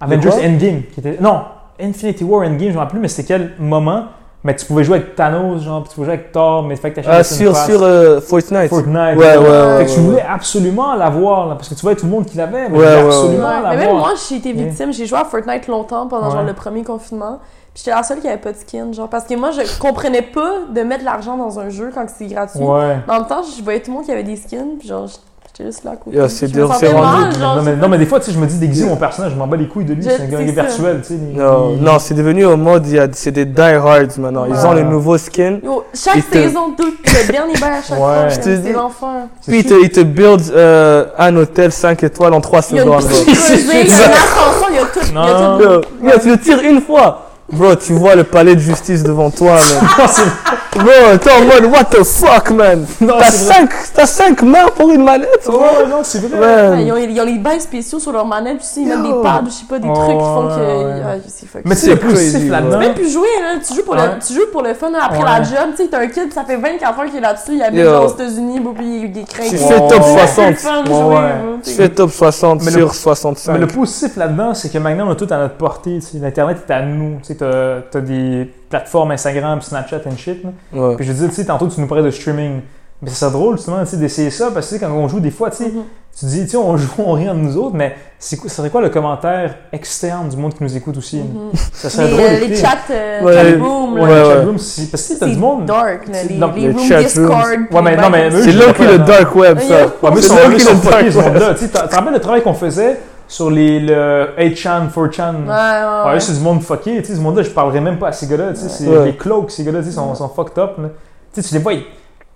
Avengers quoi? Endgame qui était. Non, Infinity War Endgame, je me rappelle plus, mais c'était quel moment. Mais tu pouvais jouer avec Thanos, genre, puis tu pouvais jouer avec Thor, mais fait que t'achètes Ah, le Sin sur, Pass. sur euh, Fortnite. Fortnite. Ouais, ouais, ouais, Fait que tu ouais, voulais absolument l'avoir, là, parce que tu voyais tout le monde qui l'avait, mais tu Ouais, voulais ouais, ouais. absolument Ouais, mais l'avoir. même moi, j'ai été Ouais. victime. J'ai joué à Fortnite longtemps pendant genre Ouais. le premier confinement. Puis j'étais la seule qui avait pas de skin, genre parce que moi je comprenais pas de mettre de l'argent dans un jeu quand c'est gratuit. Ouais. Mais En même temps, je voyais tout le monde qui avait des skins, puis genre j'étais juste là à côté. Yeah, c'est Je me dur, sentais c'est rendu- mal, genre, non, mais, j'ai- non, mais des fois, tu sais, je me dis déguiser mon personnage, je m'en bats les couilles de lui, Je- c'est un gars c'est ça. virtuel, tu sais. les- Non, les- non, c'est devenu au mode, il y a- c'est des diehards maintenant. Ils ont Ouais. les nouveaux skins. Yo, chaque Et te- saison, tout le dernier bail à chaque Ouais. fois, Je te c'est dis- l'enfer. c'est Puis ils te, sûr. ils te build euh, un hôtel 5 étoiles en 3 Il y a une secondes. [LAUGHS] piscine creusée, il y a un ascenseur, il y y a tout. il y a Non. tout- Yo, yo, tu le tires une fois. Bro, tu vois le palais de justice devant toi, [LAUGHS] man. Non, c'est- Bro, t'es en mode, what the fuck, man. [LAUGHS] non, T'as c'est vrai. cinq, t'as cinq mains pour une mallette, Ouais, non, c'est vrai. man. Ils ont, ils ont les bains spéciaux sur leur manette, puis ils mettent Yo. des pads, je sais pas, des Oh, trucs qui font que. ouais, ouais. Ah, c'est fuck. Mais tu sais, C'est le positif crazy, là-dedans. Tu peux même plus jouer, là. Tu joues pour, Ouais. le, tu joues pour le fun après Hein? Ouais. la job. Tu sais, t'as un kid, ça fait 24 heures qu'il est là-dessus. Il habite Yo. genre aux États-unis, bon, puis il est craint. Tu Ouais. fais top Ouais. C'est le 60. fun de Ouais, jouer, ouais. là, Tu tu fais sais. top 60 Mais le- sur 65. Mais le positif là-dedans, c'est que maintenant, on a tout à notre portée. tu sais. L'Internet est à nous. Tu sais, t'as t'as des plateformes Instagram, Snapchat and shit. là. Ouais. Puis je dis, tu sais, tantôt, tu nous parlais de streaming. Mais c'est ça drôle, justement, tu sais, d'essayer ça, parce que tu sais, quand on joue, des fois, tu sais, Mhm. tu dis, tu sais, on [LAUGHS] joue, on rit entre nous autres, mais c'est quoi- ça serait quoi le commentaire externe du monde qui nous écoute aussi? là? Mhm. Ça serait drôle. Les, les d'écouter. chats, euh, Ouais. chat boom, Ouais, là. Ouais, les ouais. chatrooms, si- parce que si t'as du monde. dark, là, c'est- les, non, les les rooms chat Discord. Ouais, mais non, mais eux, C'est je là suis qui le d'accord. dark web, Ouais, ça. ouais. Ouais, mais C'est ils sont- là ils qui sont le fuckés, ils dark sont web. là. Tu sais, t'as- t'as rappelles le travail qu'on faisait sur les, le 8chan, 4chan? Ouais, ouais, Ouais, ouais. Ah, c'est du monde fucké, tu sais, ce monde-là, je parlerai même pas à ces gars-là, tu sais, c'est Ouais. les cloaks, ces gars-là, tu sais, sont, sont fucked up. là. Tu sais, tu les vois, ils-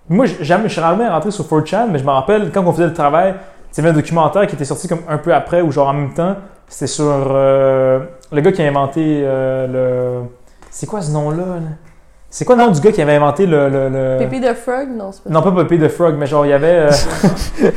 moi, j- jamais, je suis rarement rentré sur 4chan, mais je me rappelle, quand on faisait le travail, tu sais, il y avait un documentaire qui était sorti comme un peu après, ou genre en même temps, c'était sur euh, le gars qui a inventé euh, le... C'est quoi ce nom-là? là? C'est quoi le nom du gars qui avait inventé le... le- le- Pépé de Frog, non, c'est pas Non, pas Poppy the Frog, mais genre, il y avait... euh,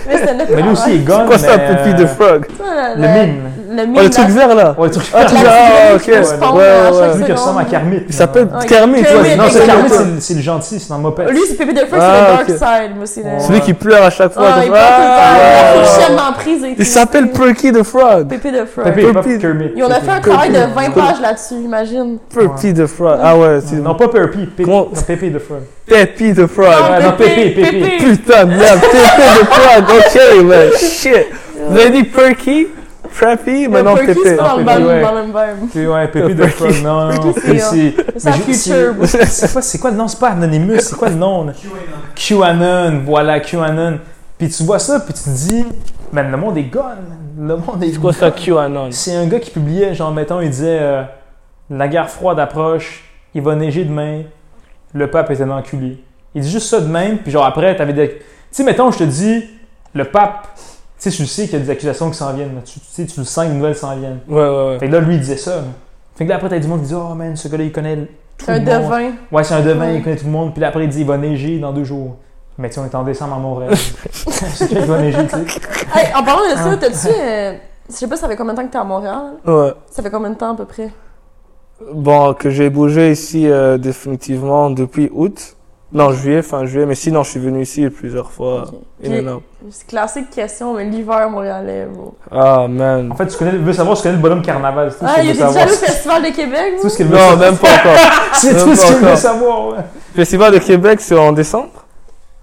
Mais c'était notre mais lui aussi, il travail. [LAUGHS] est gone, [LAUGHS] C'est quoi ça, mais, Peppy the euh, Frog Ça, Le mime. Le mime. Oh, le là. truc vert, là. Ouais, le truc... Ah, La tu petite l'as, ah, lumière ok. qui se pend, Ouais, là, à ouais. chaque Lui qui ressemble à seconde. Kermit. Il s'appelle Ouais. Kermit, ouais. Kermit, Non, c'est Exactement. Kermit, c'est le- c'est le gentil, c'est dans le moped. Lui, c'est Pépé de Frog, Ah, c'est ok. le Dark Side. Moi, c'est le. Ouais. Celui qui pleure à chaque fois. Ah, comme il ça. parle tout Ah, le temps. Il ouais. a fait le chien d'emprise et tout. Il s'appelle Perky the Frog. Pépé de Frog. Pépé, pas Pépé. Kermit. Et on a Pépé. fait un travail de 20 pages là-dessus, imagine. Perky the Frog. Ah ouais, c'est Non, pas Pépé, Pépé, Comment- non, Pépé de [LAUGHS] Frog. Peppy the Frog. Ah, non, Pépé, Pépé. Putain de merde, Pépé the Frog. Ok, man. Shit. Vous avez dit Perky, Preppy, maintenant Pépé. Pépé. c'est dans le Ah, Pépé, même- ouais. dans le même vibe. Puis, ouais, Pépé de Frog, non, non, Pépé, puis c'est- c'est... C'est un Mais je- future. bro. c'est- C'est pas- c'est quoi le nom? C'est pas Anonymous, c'est quoi le nom? là? QAnon, voilà, QAnon. Puis tu vois ça, puis tu te dis, man, le monde est gone, man. le monde est Quoi ça, gone. QAnon C'est un gars qui publiait, genre, mettons, il disait euh, La guerre froide approche, il va neiger demain, le pape est un enculé. Il dit juste ça de même, puis genre après, t'avais des. Tu sais, mettons, je te dis, le pape, tu sais, tu le sais qu'il y a des accusations qui s'en viennent, là. tu, tu sais, tu le sens que les nouvelles s'en viennent. Ouais, ouais, ouais. Fait que là, lui, il disait ça. là. Fait que là, après, t'as du monde qui dit Oh man, ce gars-là, il connaît tout C'est un le monde. devin. Ouais, c'est un devin, Ouais. il connaît tout le monde, puis là, après, il dit Il va neiger dans deux jours. Mais tu sais, on est en décembre à Montréal. [LAUGHS] c'est qu'il va neiger, tu sais. Hey, en parlant de Ah. ça, t'as-tu. euh, Je sais pas, ça fait combien de temps que t'es à Montréal? Ouais. Ça fait combien de temps à peu près? Bon, que j'ai bougé ici euh, définitivement depuis août. Non, juillet, fin juillet. Mais sinon, je suis venu ici plusieurs fois. Ok. In and out. C'est classique question, mais l'hiver montréalais, bro. Ah, man. En fait, tu, connais, tu veux savoir, tu connais le bonhomme carnaval. c'est tout ce Ah, qu'il il veut était déjà savoir. allé au Festival de Québec, Tout bro? ce qu'il veut Non, savoir. même pas encore. Ah, C'est Même tout pas ce qu'il veut encore. savoir, ouais. Festival de Québec, c'est en décembre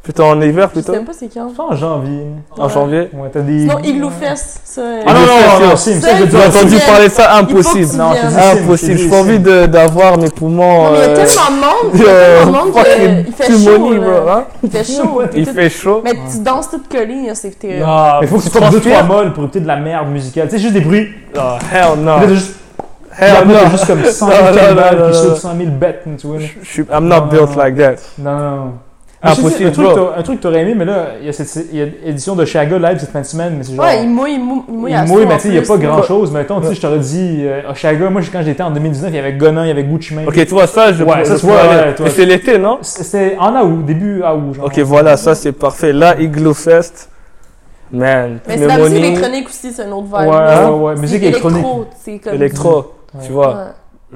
Plutôt en hiver, Je sais plutôt même pas c'est quand. Enfin, en janvier. En janvier Ouais, t'as des. Sinon, Igloo Fest, ça. euh, Ah non, non, non, non, Igloo si, il me Fest. semble que J'ai Faut que entendu tu parler de il ça, faut que tu impossible. viennes. Non, c'est- Impossible. Ah, J'ai pas envie de- d'avoir mes poumons. Non, mais il y a euh, tellement de monde, [LAUGHS] il y a euh, tellement de monde fucking que- il fait chaud. pneumonie, bro, là. hein. Il fait chaud. t'es Il tout- fait chaud. Mais tu danses toute collée, là, c'est terrible. Ah, Il faut que tu fasses 2-3 molles pour écouter de la merde musicale. Tu sais, juste des bruits. Ah, hell no. Là, t'as juste, Hell là, t'as no. juste [LAUGHS] comme 100 Non, 000 non, non, balles qui non, non. sautent 100 000 bêtes, tu vois. là. Je suis- I'm not built like that. Non, non, non. Ah, Mais je te dis, possible, un, truc bro. que t'aurais- un truc que t'aurais aimé, mais là, il y a cette il y a édition de Chaga live cette fin de semaine, mais c'est genre. Ouais, il mouille, il mouille, il mouille à mouille, saut, mais en tu sais, il n'y a plus. pas grand chose. Mettons, tu sais, je t'aurais dit, euh, Chaga, moi, quand j'étais en 2019, il y avait Gonan, il y avait Gucci Mane. Ok, tu vois, ça, je Ouais, ça, je tu vois, pourrais ouais, aller. toi. Mais c'est l'été, non C'était en août, début août, genre. Ok, voilà, ça, c'est parfait. Là, Igloo Fest. Man, Mais c'est la musique pneumonie, électronique aussi, c'est un autre vibe. Ouais, là. ouais, ouais, C'est musique électro, électronique. C'est comme. électro. Ouais. Tu vois, Ouais,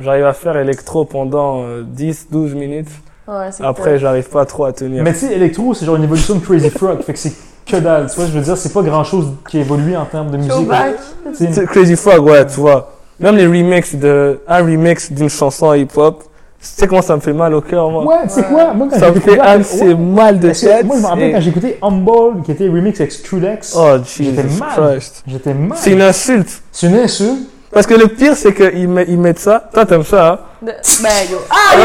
j'arrive à faire électro pendant euh, 10-12 minutes. ouais, c'est Après, j'arrive pas trop à tenir. Mais tu sais, électro, c'est genre une évolution de Crazy Frog. fait que c'est que dalle. Tu vois, je veux dire, c'est pas grand chose qui évolue en termes de cool. musique. Showback. Tu sais, C'est Crazy Frog, ouais, tu vois. Même les remixes de. Un remix d'une chanson hip-hop, tu sais comment ça me fait mal au cœur, moi Ouais, tu sais quoi? Moi, quand Ça j'ai me fait découvert- assez Ouais. mal de Parce que tête. Moi, je me rappelle et- quand j'écoutais Humble, qui était remix avec Skrillex. Oh, Jesus J'étais mal. Christ. J'étais mal. C'est une insulte. C'est une insulte. Parce que le pire, c'est qu'ils met- ils mettent ça. Toi, t'aimes ça, hein De- Ben, yo. Ah, yo!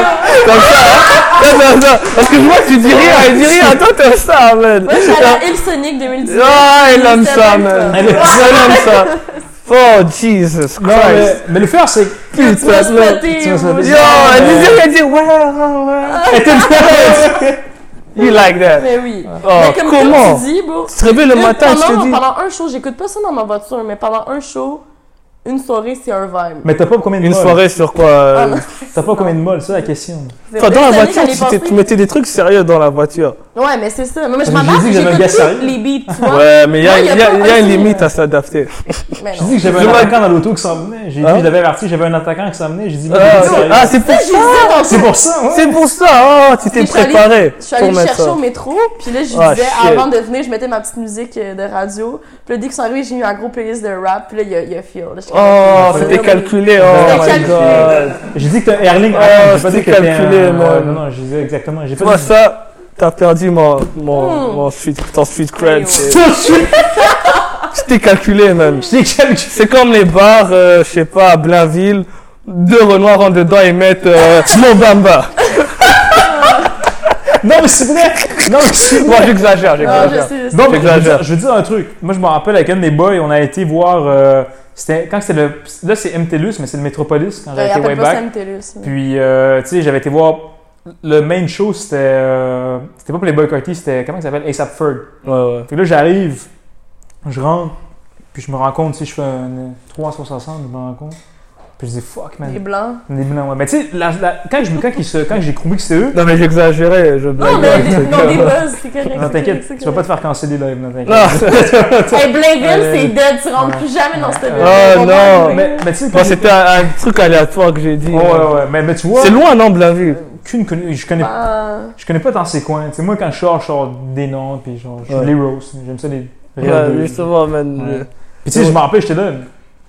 T'aimes ça, Ah! hein Toi, t'aimes ça. Parce que moi, tu dis rien, il dit rien. Toi, t'aimes ça, man. Moi, [LAUGHS] j'étais à la Hill Sonic 2019. Ah, il aime C'est ça, vrai, man. ça. Elle aime ça. [LAUGHS] Oh, Jesus Non, mais, Christ. mais le faire, c'est. Tu vas Putain, se man. péter, tu vas se bro. péter. Yo, elle disait, elle dit, ouais, ouais, ouais. Et t'es You like that. Mais oui. Oh, Mais comme comment comme tu dis, bro. Tu te réveilles le une- matin, je pendant, te dis. pendant un show, j'écoute pas ça dans ma voiture, mais pendant un show, Une soirée, c'est un vibe. Mais t'as pas combien de Une molles? soirée sur quoi euh, Ah, [LAUGHS] non. T'as pas combien de molles, c'est ça la question. C'est Toi, vrai, dans la cette année, voiture, j'allais tu t'es- penser- tu mettais des trucs sérieux dans la voiture. Ouais, mais c'est ça. Mais moi, je J'ai m'en bats, dit que j'avais un gars j'écoute sérieux. tous les beats, tu vois. Ouais, mais il y a, Non, y a y a- pas- y a une aussi, limite euh, [LAUGHS] à s'adapter. Ah, Mais J'ai non. dit que j'avais Je un vois- attaquant dans l'auto qui s'en venait. J'ai dit, Hein? je l'avais averti, j'avais un attaquant qui s'en venait. J'ai dit, mais Ah, t'es c'est- sérieux? ah, c'est pour Ça, j'ai dit ça! ça dans le c'est pour ça, ouais. C'est pour ça! Oh, tu t'es Je suis allée- préparé Je suis allée pour le mettre chercher ça. au métro, puis là, je Ah, disais, shit. avant de venir, je mettais ma petite musique euh, de radio. Puis là, dès qu'ils sont arrivés, j'ai mis un gros playlist de rap, puis là, il y a, il y a Phil. Là, j'étais comme, Oh, Ah, c'était oui. calculé! Oh C'était my calculé. god! J'ai dit que t'as Erling. Oh, Haaland, j'ai pas c'était dit que t'étais un- calculé, moi. euh, Non, non, j'ai dit exactement. J'ai Tu vois pas dit. ça, t'as perdu mon, mon, Hmm. mon street- ton street cred. Oui, c'est- Putain, je- [LAUGHS] C'était calculé [LAUGHS] même. Je l'ai calculé. C'est comme les bars, euh, je sais pas, à Blainville, deux Renoirs en dedans et [LAUGHS] mettent euh, mon bamba. Non, mais c'est vrai. Non, mais c'est Moi vrai. j'exagère, Non, Ah, je j'exagère. sais, je sais. Non, mais je veux, J'exagère. dire, je veux dire un truc. Moi, je me rappelle avec un des boys, on a été voir. euh, c'était quand c'était le. Là, c'est MTLUS, mais c'est le Metropolis quand Il j'avais été way appelle pas back. ça MTLUS. mais- Puis, euh, tu sais, j'avais été voir. Le main show, c'était. euh, c'était pas pour les Boy Carti, c'était. Comment il s'appelle ASAP Ferg. Ouais, ouais. Fait que là, j'arrive, je rentre, puis je me rends compte, tu sais, je fais un 3 sur 60, je me rends compte. Puis je dis fuck, Les man. blancs. Les blancs, ouais. Mais tu sais, la- la- quand, je me- quand, qu'ils se- quand j'ai compris que c'était [LAUGHS] eux, Non mais j'exagérais, je blague. Non, mais des- c'est non, des buzz, c'est correct. non, c'est t'inquiète, correct, c'est tu vas pas correct. te faire canceller live, non, t'inquiète. Ah! Non, [LAUGHS] Hey, Blainville, Ouais. c'est dead, tu rentres plus jamais dans Euh, Ouais. cette ville. Ah, Ils vont non. pas Mais, arriver. mais tu sais, Moi, quand j'ai- c'était un, un truc aléatoire que j'ai dit. Ouais, ouais, ouais. Mais, mais tu vois, C'est loin, non, Blainville aucune connue- je connais, Ah. je connais pas tant ces coins. hein. Tu sais, moi, quand je sors, je sors des noms, puis genre, je Ouais. les roasts. J'aime ça les. Ouais, real dudes. justement, man. Ouais. Puis tu sais, je m'en rappelle, j'étais là.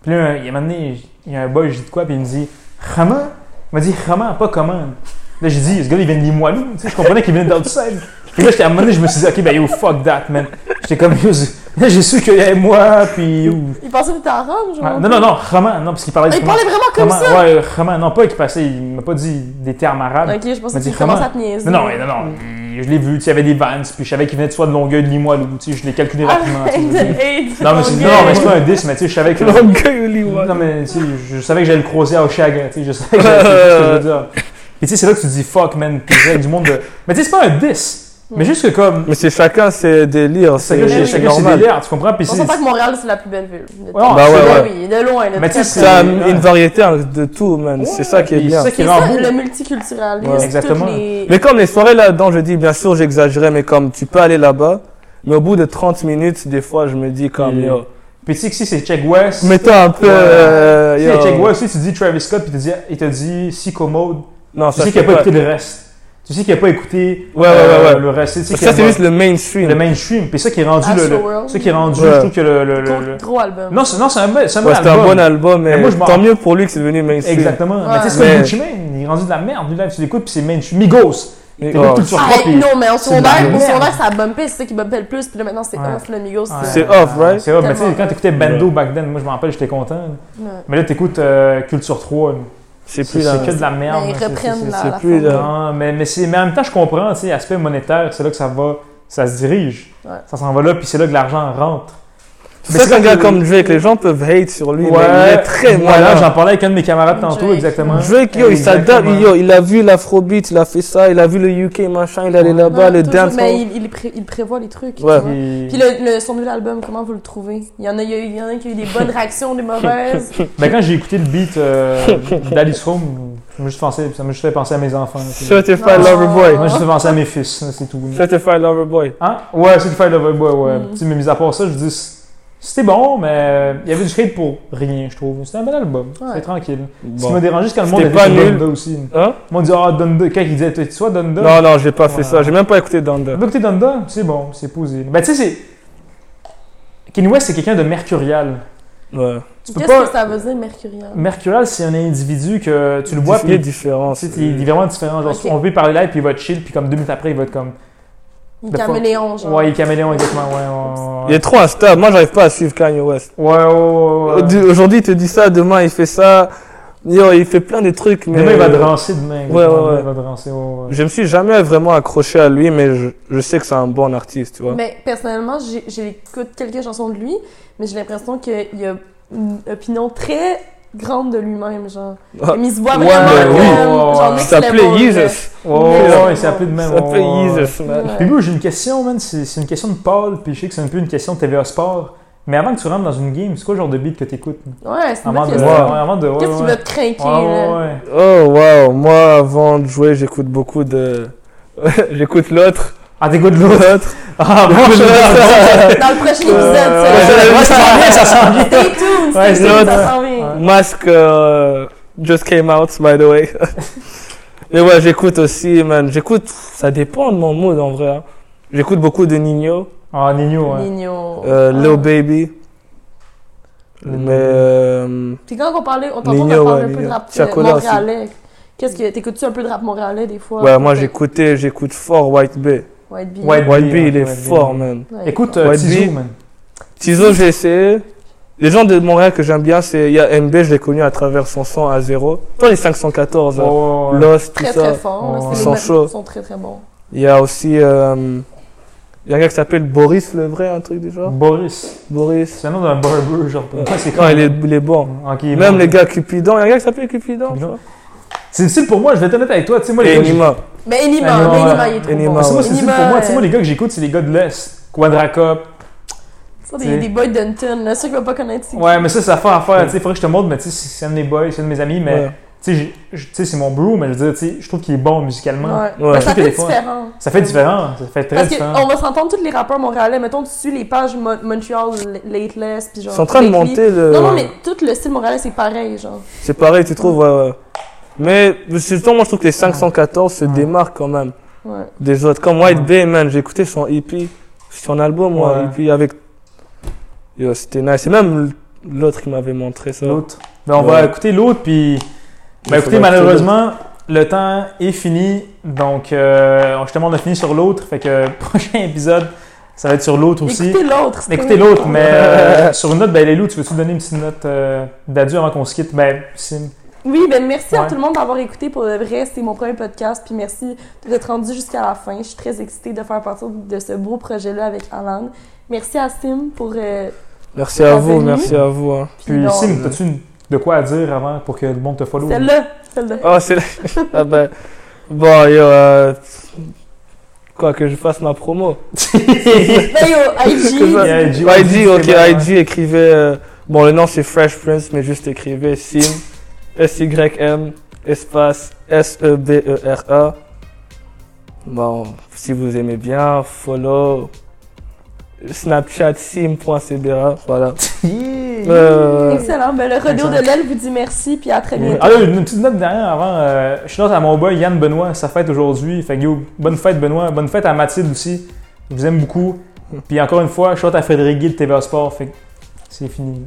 Puis là, il y a un moment donné, il y a un boy, je dis de quoi, puis il me dit Raman Il m'a dit Raman, pas comment. Là, j'ai dit, ce gars-là, il vient de Limoilou. Tu sais, je comprenais qu'il venait d'outside. Puis là, j'étais à un moment donné, je me suis dit, OK, ben yo, fuck that, man. J'étais comme, yo, z- là, j'ai su qu'il y avait moi, puis. ou- Ils pensaient que t'étais en Rome, genre. Ah, non, non, non, Raman, non, parce qu'il parlait Ah, Ils comment- parlaient vraiment comme comment- ça. Ouais, Raman, non, pas qu'il passait, il m'a pas dit des termes arabes. Ok, je pensais Mais qu'ils dis comment? commençaient à te niaiser. Non, non, ouais, non, non. il- Je l'ai vu, tu sais, il y avait des vans, puis je savais qu'il venait de soit de Longueuil, de Limoilou, tu sais, je l'ai calculé rapidement. tu sais, je Ah, veux dire. Non, mais c'est non, mais c'est pas un 10, mais tu sais, je [LAUGHS] savais que. Longueuil ou Limoilou? Non, mais tu sais, je savais que j'allais le croiser à Oshaga, tu sais, je savais que [LAUGHS] j'allais c'est ce que je veux dire. Puis tu sais, c'est là que tu te dis fuck, man, puis c'est avec du monde de. Mais tu sais, c'est pas un 10, mais juste que comme. Mais c'est chacun ses délires, Chacun, c'est oui, c'est oui. c'est chacun ses normal. délires, tu comprends? Puis On c'est. s'entend que Montréal, c'est la plus belle ville. de- Ouais, Bah c'est- ouais, Ben ouais. oui, de loin. de Mais tu sais, très c'est- C'est loin. un- Ouais. une variété hein, de tout, man. Ouais, c'est ça qui est puis bien. C'est ça qui C'est est ça, vraiment beau. le multiculturalisme. Ouais. toutes Exactement. les- Mais comme les soirées là-dedans, je dis, bien sûr, j'exagérais, mais comme tu peux aller là-bas, mais au bout de 30 minutes, des fois, je me dis comme, Mm. yo, Puis tu sais que si c'est Check West. mettons un peu, Ouais. euh, Si yo. c'est Check West aussi, tu dis Travis Scott, puis tu dis- il te dit Sicko Mode. Tu Non, Ah, ça, sais c'est qu'il a pas pas. écouté le reste. Tu sais qu'il a pas écouté euh, Ouais, ouais, ouais, ouais. le reste. Tu sais Parce que qu'il ça, c'est a- juste le mainstream. le mainstream. Puis ça qui est rendu le. Astro le- World. Ça qui est rendu, Ouais. je trouve que le. le- le- le- Gros, gros album. Non, c'est non, c'est un bel c'est un Ouais, bel c'était un album. bon album, mais, Mais moi, je m'en- tant mieux pour lui que c'est devenu mainstream. Exactement. Mais tu sais, c'est Ouais. comme Gucci Mane. Il est rendu de la merde. Lui, là, tu l'écoutes, puis c'est mainstream. Migos. Mais- T'es oh, pas tout sur Ah, quoi, puis- non, mais en c'est de la secondaire, au merde. secondaire, ça bumpait, c'est ça qui bumpait le plus. Puis là, maintenant, c'est Ouais. off, le Migos. Ouais. c'est- C'est off, right? C'est off. Mais tu sais, Tellement. quand t'écoutais Bando Ouais. back then, moi, je me rappelle, j'étais content. là. Ouais. Mais là, t'écoutes euh, Culture 3. là. C'est C'est plus c'est la... que de la merde. Mais là. Ben, ils C'est- c'est- reprennent c'est- la c'est la plus, formule. là. Non, mais, mais, c'est- mais en même temps, je comprends, tu sais, aspect monétaire, c'est là que ça va, ça se dirige. Ouais. Ça s'en va là, puis c'est là que l'argent rentre. C'est Mais ça c'est qu'un ça gars que- comme Drake, les gens peuvent hate sur lui, mais il est très Voilà, malin. j'en parlais avec un de mes camarades tantôt, Drake. exactement. Drake, yo, il s'adapte, Exactement. yo, il a vu l'afrobeat, il a fait ça, il a vu le UK, machin, il est Ah allé bah, là-bas, Non, le toujours, dance. Mais il, il pré- il prévoit les trucs. tu Ouais. vois. Puis- Puis le, le- son nouvel album, comment vous le trouvez Il y en a, il y a eu- il y en a qui a eu des [LAUGHS] bonnes réactions, des mauvaises. Ben, quand j'ai écouté le beat euh, [LAUGHS] d'Alice Room, ça m'a juste pensé, ça m'a juste fait penser à mes enfants. là, tu sais. Certified Moi, Lover Boy. j'ai juste fait penser à mes fils, là, c'est tout. là. Certified Lover Boy. Hein? Ouais, c'est le fait, là, ouais, ouais. ouais. Mm. Tu sais, mais mis à part ça, je dis, c'était bon, mais euh, il y avait du hate pour rien, je trouve. C'était un bel album, Ouais. c'était tranquille. Ce qui m'a Bon. dérangé, c'est quand le monde C'était était pas nul. Donda aussi. Hein? Le monde dit, ah, Donda, quand il disait, tu sois Donda. Non, non, j'ai pas fait Ouais. ça, j'ai même pas écouté Donda. Donc, t'es Donda, c'est bon, c'est posé. Ben, tu sais, c'est. Kanye West, c'est quelqu'un de mercurial. Ouais. peux Qu'est-ce pas- que ça veut dire, Mercurial Mercurial, c'est un individu que tu le vois, Il est puis différent. tu sais, il est vraiment différent. Genre, Ok. on peut parler live, puis il va être chill, puis comme deux minutes après, il va être comme. Il The fuck? caméléon, genre. Ouais, il est caméléon, exactement. Ouais, Il ouais, est trop instable, moi j'arrive pas à suivre Kanye West. ouais. Ouais, ouais, ouais. ouais. Au- Aujourd'hui il te dit ça, demain il fait ça, yo, il fait plein de trucs, mais... euh, Demain, il va drancer demain. Ouais, exactement. ouais, ouais. Il va drancer, ouais, ouais. Je me suis jamais vraiment accroché à lui, mais je, je sais que c'est un bon artiste, tu vois. Mais personnellement, j'ai- j'écoute quelques chansons de lui, mais j'ai l'impression qu'il y a une opinion très grande de lui-même, genre. Ah, Mais il se voit ouais, vraiment oui. comme, genre, Il Il next s'appelait level, là. Jesus. Ouais, ouais, ouais, il c'est s'appelait de Il même. ouais, s'appelait ouais, ouais. Jesus, man. Ouais. Puis, moi, j'ai une question, man. C'est c'est une question de Paul, puis je sais que c'est un peu une question de TVA Sport. Mais avant que tu rentres dans une game, c'est quoi le genre de beat que tu écoutes Ouais, c'est une Avant bonne de. question. ouais, avant de. ouais, Qu'est-ce qui ouais. Ah, va te craquer, Ouais, ouais, là? ouais. Oh wow, moi avant de jouer, j'écoute beaucoup de. [LAUGHS] j'écoute l'autre. Ah, t'écoutes l'autre. L'autre. Ah, bon, J'écoute je- l'autre. [LAUGHS] Dans le prochain Euh, épisode, ça. ouais, Ouais, ça sent bien, ça sent bien. Stay tuned, Ouais, stay c'est tuned, l'autre. ça s'en vient. Mask euh, just came out, by the way. [LAUGHS] Mais ouais, j'écoute aussi, man. J'écoute, ça dépend de mon mood en vrai. hein. J'écoute beaucoup de Nino, Ah, Nino, ouais. Nino. euh, Ah. Lil Baby. Mais euh, Puis quand on parlait, on t'entend Nino, qu'on parle ouais, un peu de Nino. rap euh, Chacola aussi. montréalais. Qu'est-ce que t'écoutes-tu un peu de rap montréalais des fois ouais, moi Peut-être j'écoutais, j'écoute fort White Bay. White Bee. White White, Bee, Bay, ouais, il est White Bee. fort, man. Ouais. Écoute, euh, White Tizo, Bee. man. Tizo, j'ai essayé. Les gens de Montréal que j'aime bien, c'est il y a MB, je l'ai connu à travers son sang à zéro. Toi, les 514, Ouais, euh, ouais, ouais. Lost, tout très ça. très fort. là, Ouais. c'est Ils les sont mêmes- chauds. Ils sont très très bons. Il y a aussi euh, il y a un gars qui s'appelle Boris le vrai, un truc du genre. Boris. Boris. C'est le nom d'un barber, genre. pour moi, c'est Non, comme- il est, il est bon. Ah, qui est Même bon. les gars Cupidon, il y a un gars qui s'appelle Cupidon. Cupidon. C'est difficile pour moi, je vais être honnête avec toi. Tu sais, moi, les Et gars, j'ai- Nima. Mais Enima, Enima, mais ouais. Enima, il est trop Enima, bon. c'est Ah, moi, c'est difficile pour moi. Tu sais, euh, moi, les gars que j'écoute, c'est les gars de l'Est. Quadracop. ça, tu sais. des, des boys d'Unton, là, ceux qui vont pas connaître. c'est- Ouais, mais ça, ça fait affaire. Tu sais, faudrait que je te montre, mais tu sais, c'est un de mes boys, c'est un de mes amis, mais Ouais. tu sais, j'ai- je- tu sais, c'est mon bro, mais je veux dire, tu sais, je trouve qu'il est bon musicalement. Ouais. Ouais. Mais ça Des fait fois. différent. Ça fait différent, ça fait très Parce différent. qu'on va s'entendre tous les rappeurs montréalais, mettons, tu suis les pages Mo- Montreal Lateless, puis Ils genre. sont en train de Blakely. monter euh, le. Non, non, mais tout le style montréalais, c'est pareil, genre. C'est pareil, tu trouves, ouais, ouais. Mais justement, moi je trouve que les 514 se Ouais. démarquent quand même Ouais. des autres. Comme White Ouais. Bay, man, j'ai écouté son EP, son album, moi, Ouais. EP avec. Yo, c'était nice. C'est même l'autre qui m'avait montré ça. L'autre. Ben, on va Ouais. écouter l'autre, puis. Ben, Ouais, écoutez, ça va être malheureusement, le temps est fini. Donc, euh, justement, on a fini sur l'autre. Fait que [LAUGHS] prochain épisode, ça va être sur l'autre aussi. Écoutez l'autre. c'est Écoutez terrible. l'autre, mais euh, sur une note, ben, Lélou, tu veux-tu donner une petite note euh, d'adieu avant qu'on se quitte? Ben, Sim. Oui, ben merci Ouais. à tout le monde d'avoir écouté pour le vrai. C'est mon premier podcast, puis merci d'être rendu jusqu'à la fin. Je suis très excitée de faire partie de ce beau projet-là avec Alan. Merci à Sim pour. euh, Merci à vous, Bienvenue. merci à vous. hein. puis Puis, bon, Sim, t'as-tu une- de quoi à dire avant pour que le monde te follow? [LAUGHS] Celle-là, [LAUGHS] celle-là. Oh, c'est [LAUGHS] là. ah ben. Bon, yo. euh, Quoi, que je fasse ma promo. Ben [LAUGHS] yo, IG, ça. Yeah, IG, IG, ok, c'est bien, IG, écrivez. euh, Bon, le nom c'est Fresh Prince, mais juste écrivez Sim, S-Y-M, espace E S-E-B-E-R-A. Bon, si vous aimez bien, follow. Snapchat sim.cbra, voilà. [LAUGHS] Euh, Excellent. Ben, le rodeo Excellent. de l'aile vous dit merci, puis à très bientôt. Ah là, une petite note derrière avant. euh, je suis note à mon boy Yann Benoît, sa fête aujourd'hui. Fait que yo, bonne fête Benoît, bonne fête à Mathilde aussi. Je vous aime beaucoup. Puis encore une fois, je suis note à Frédéric Guy de TVA Sport. Fait que c'est fini.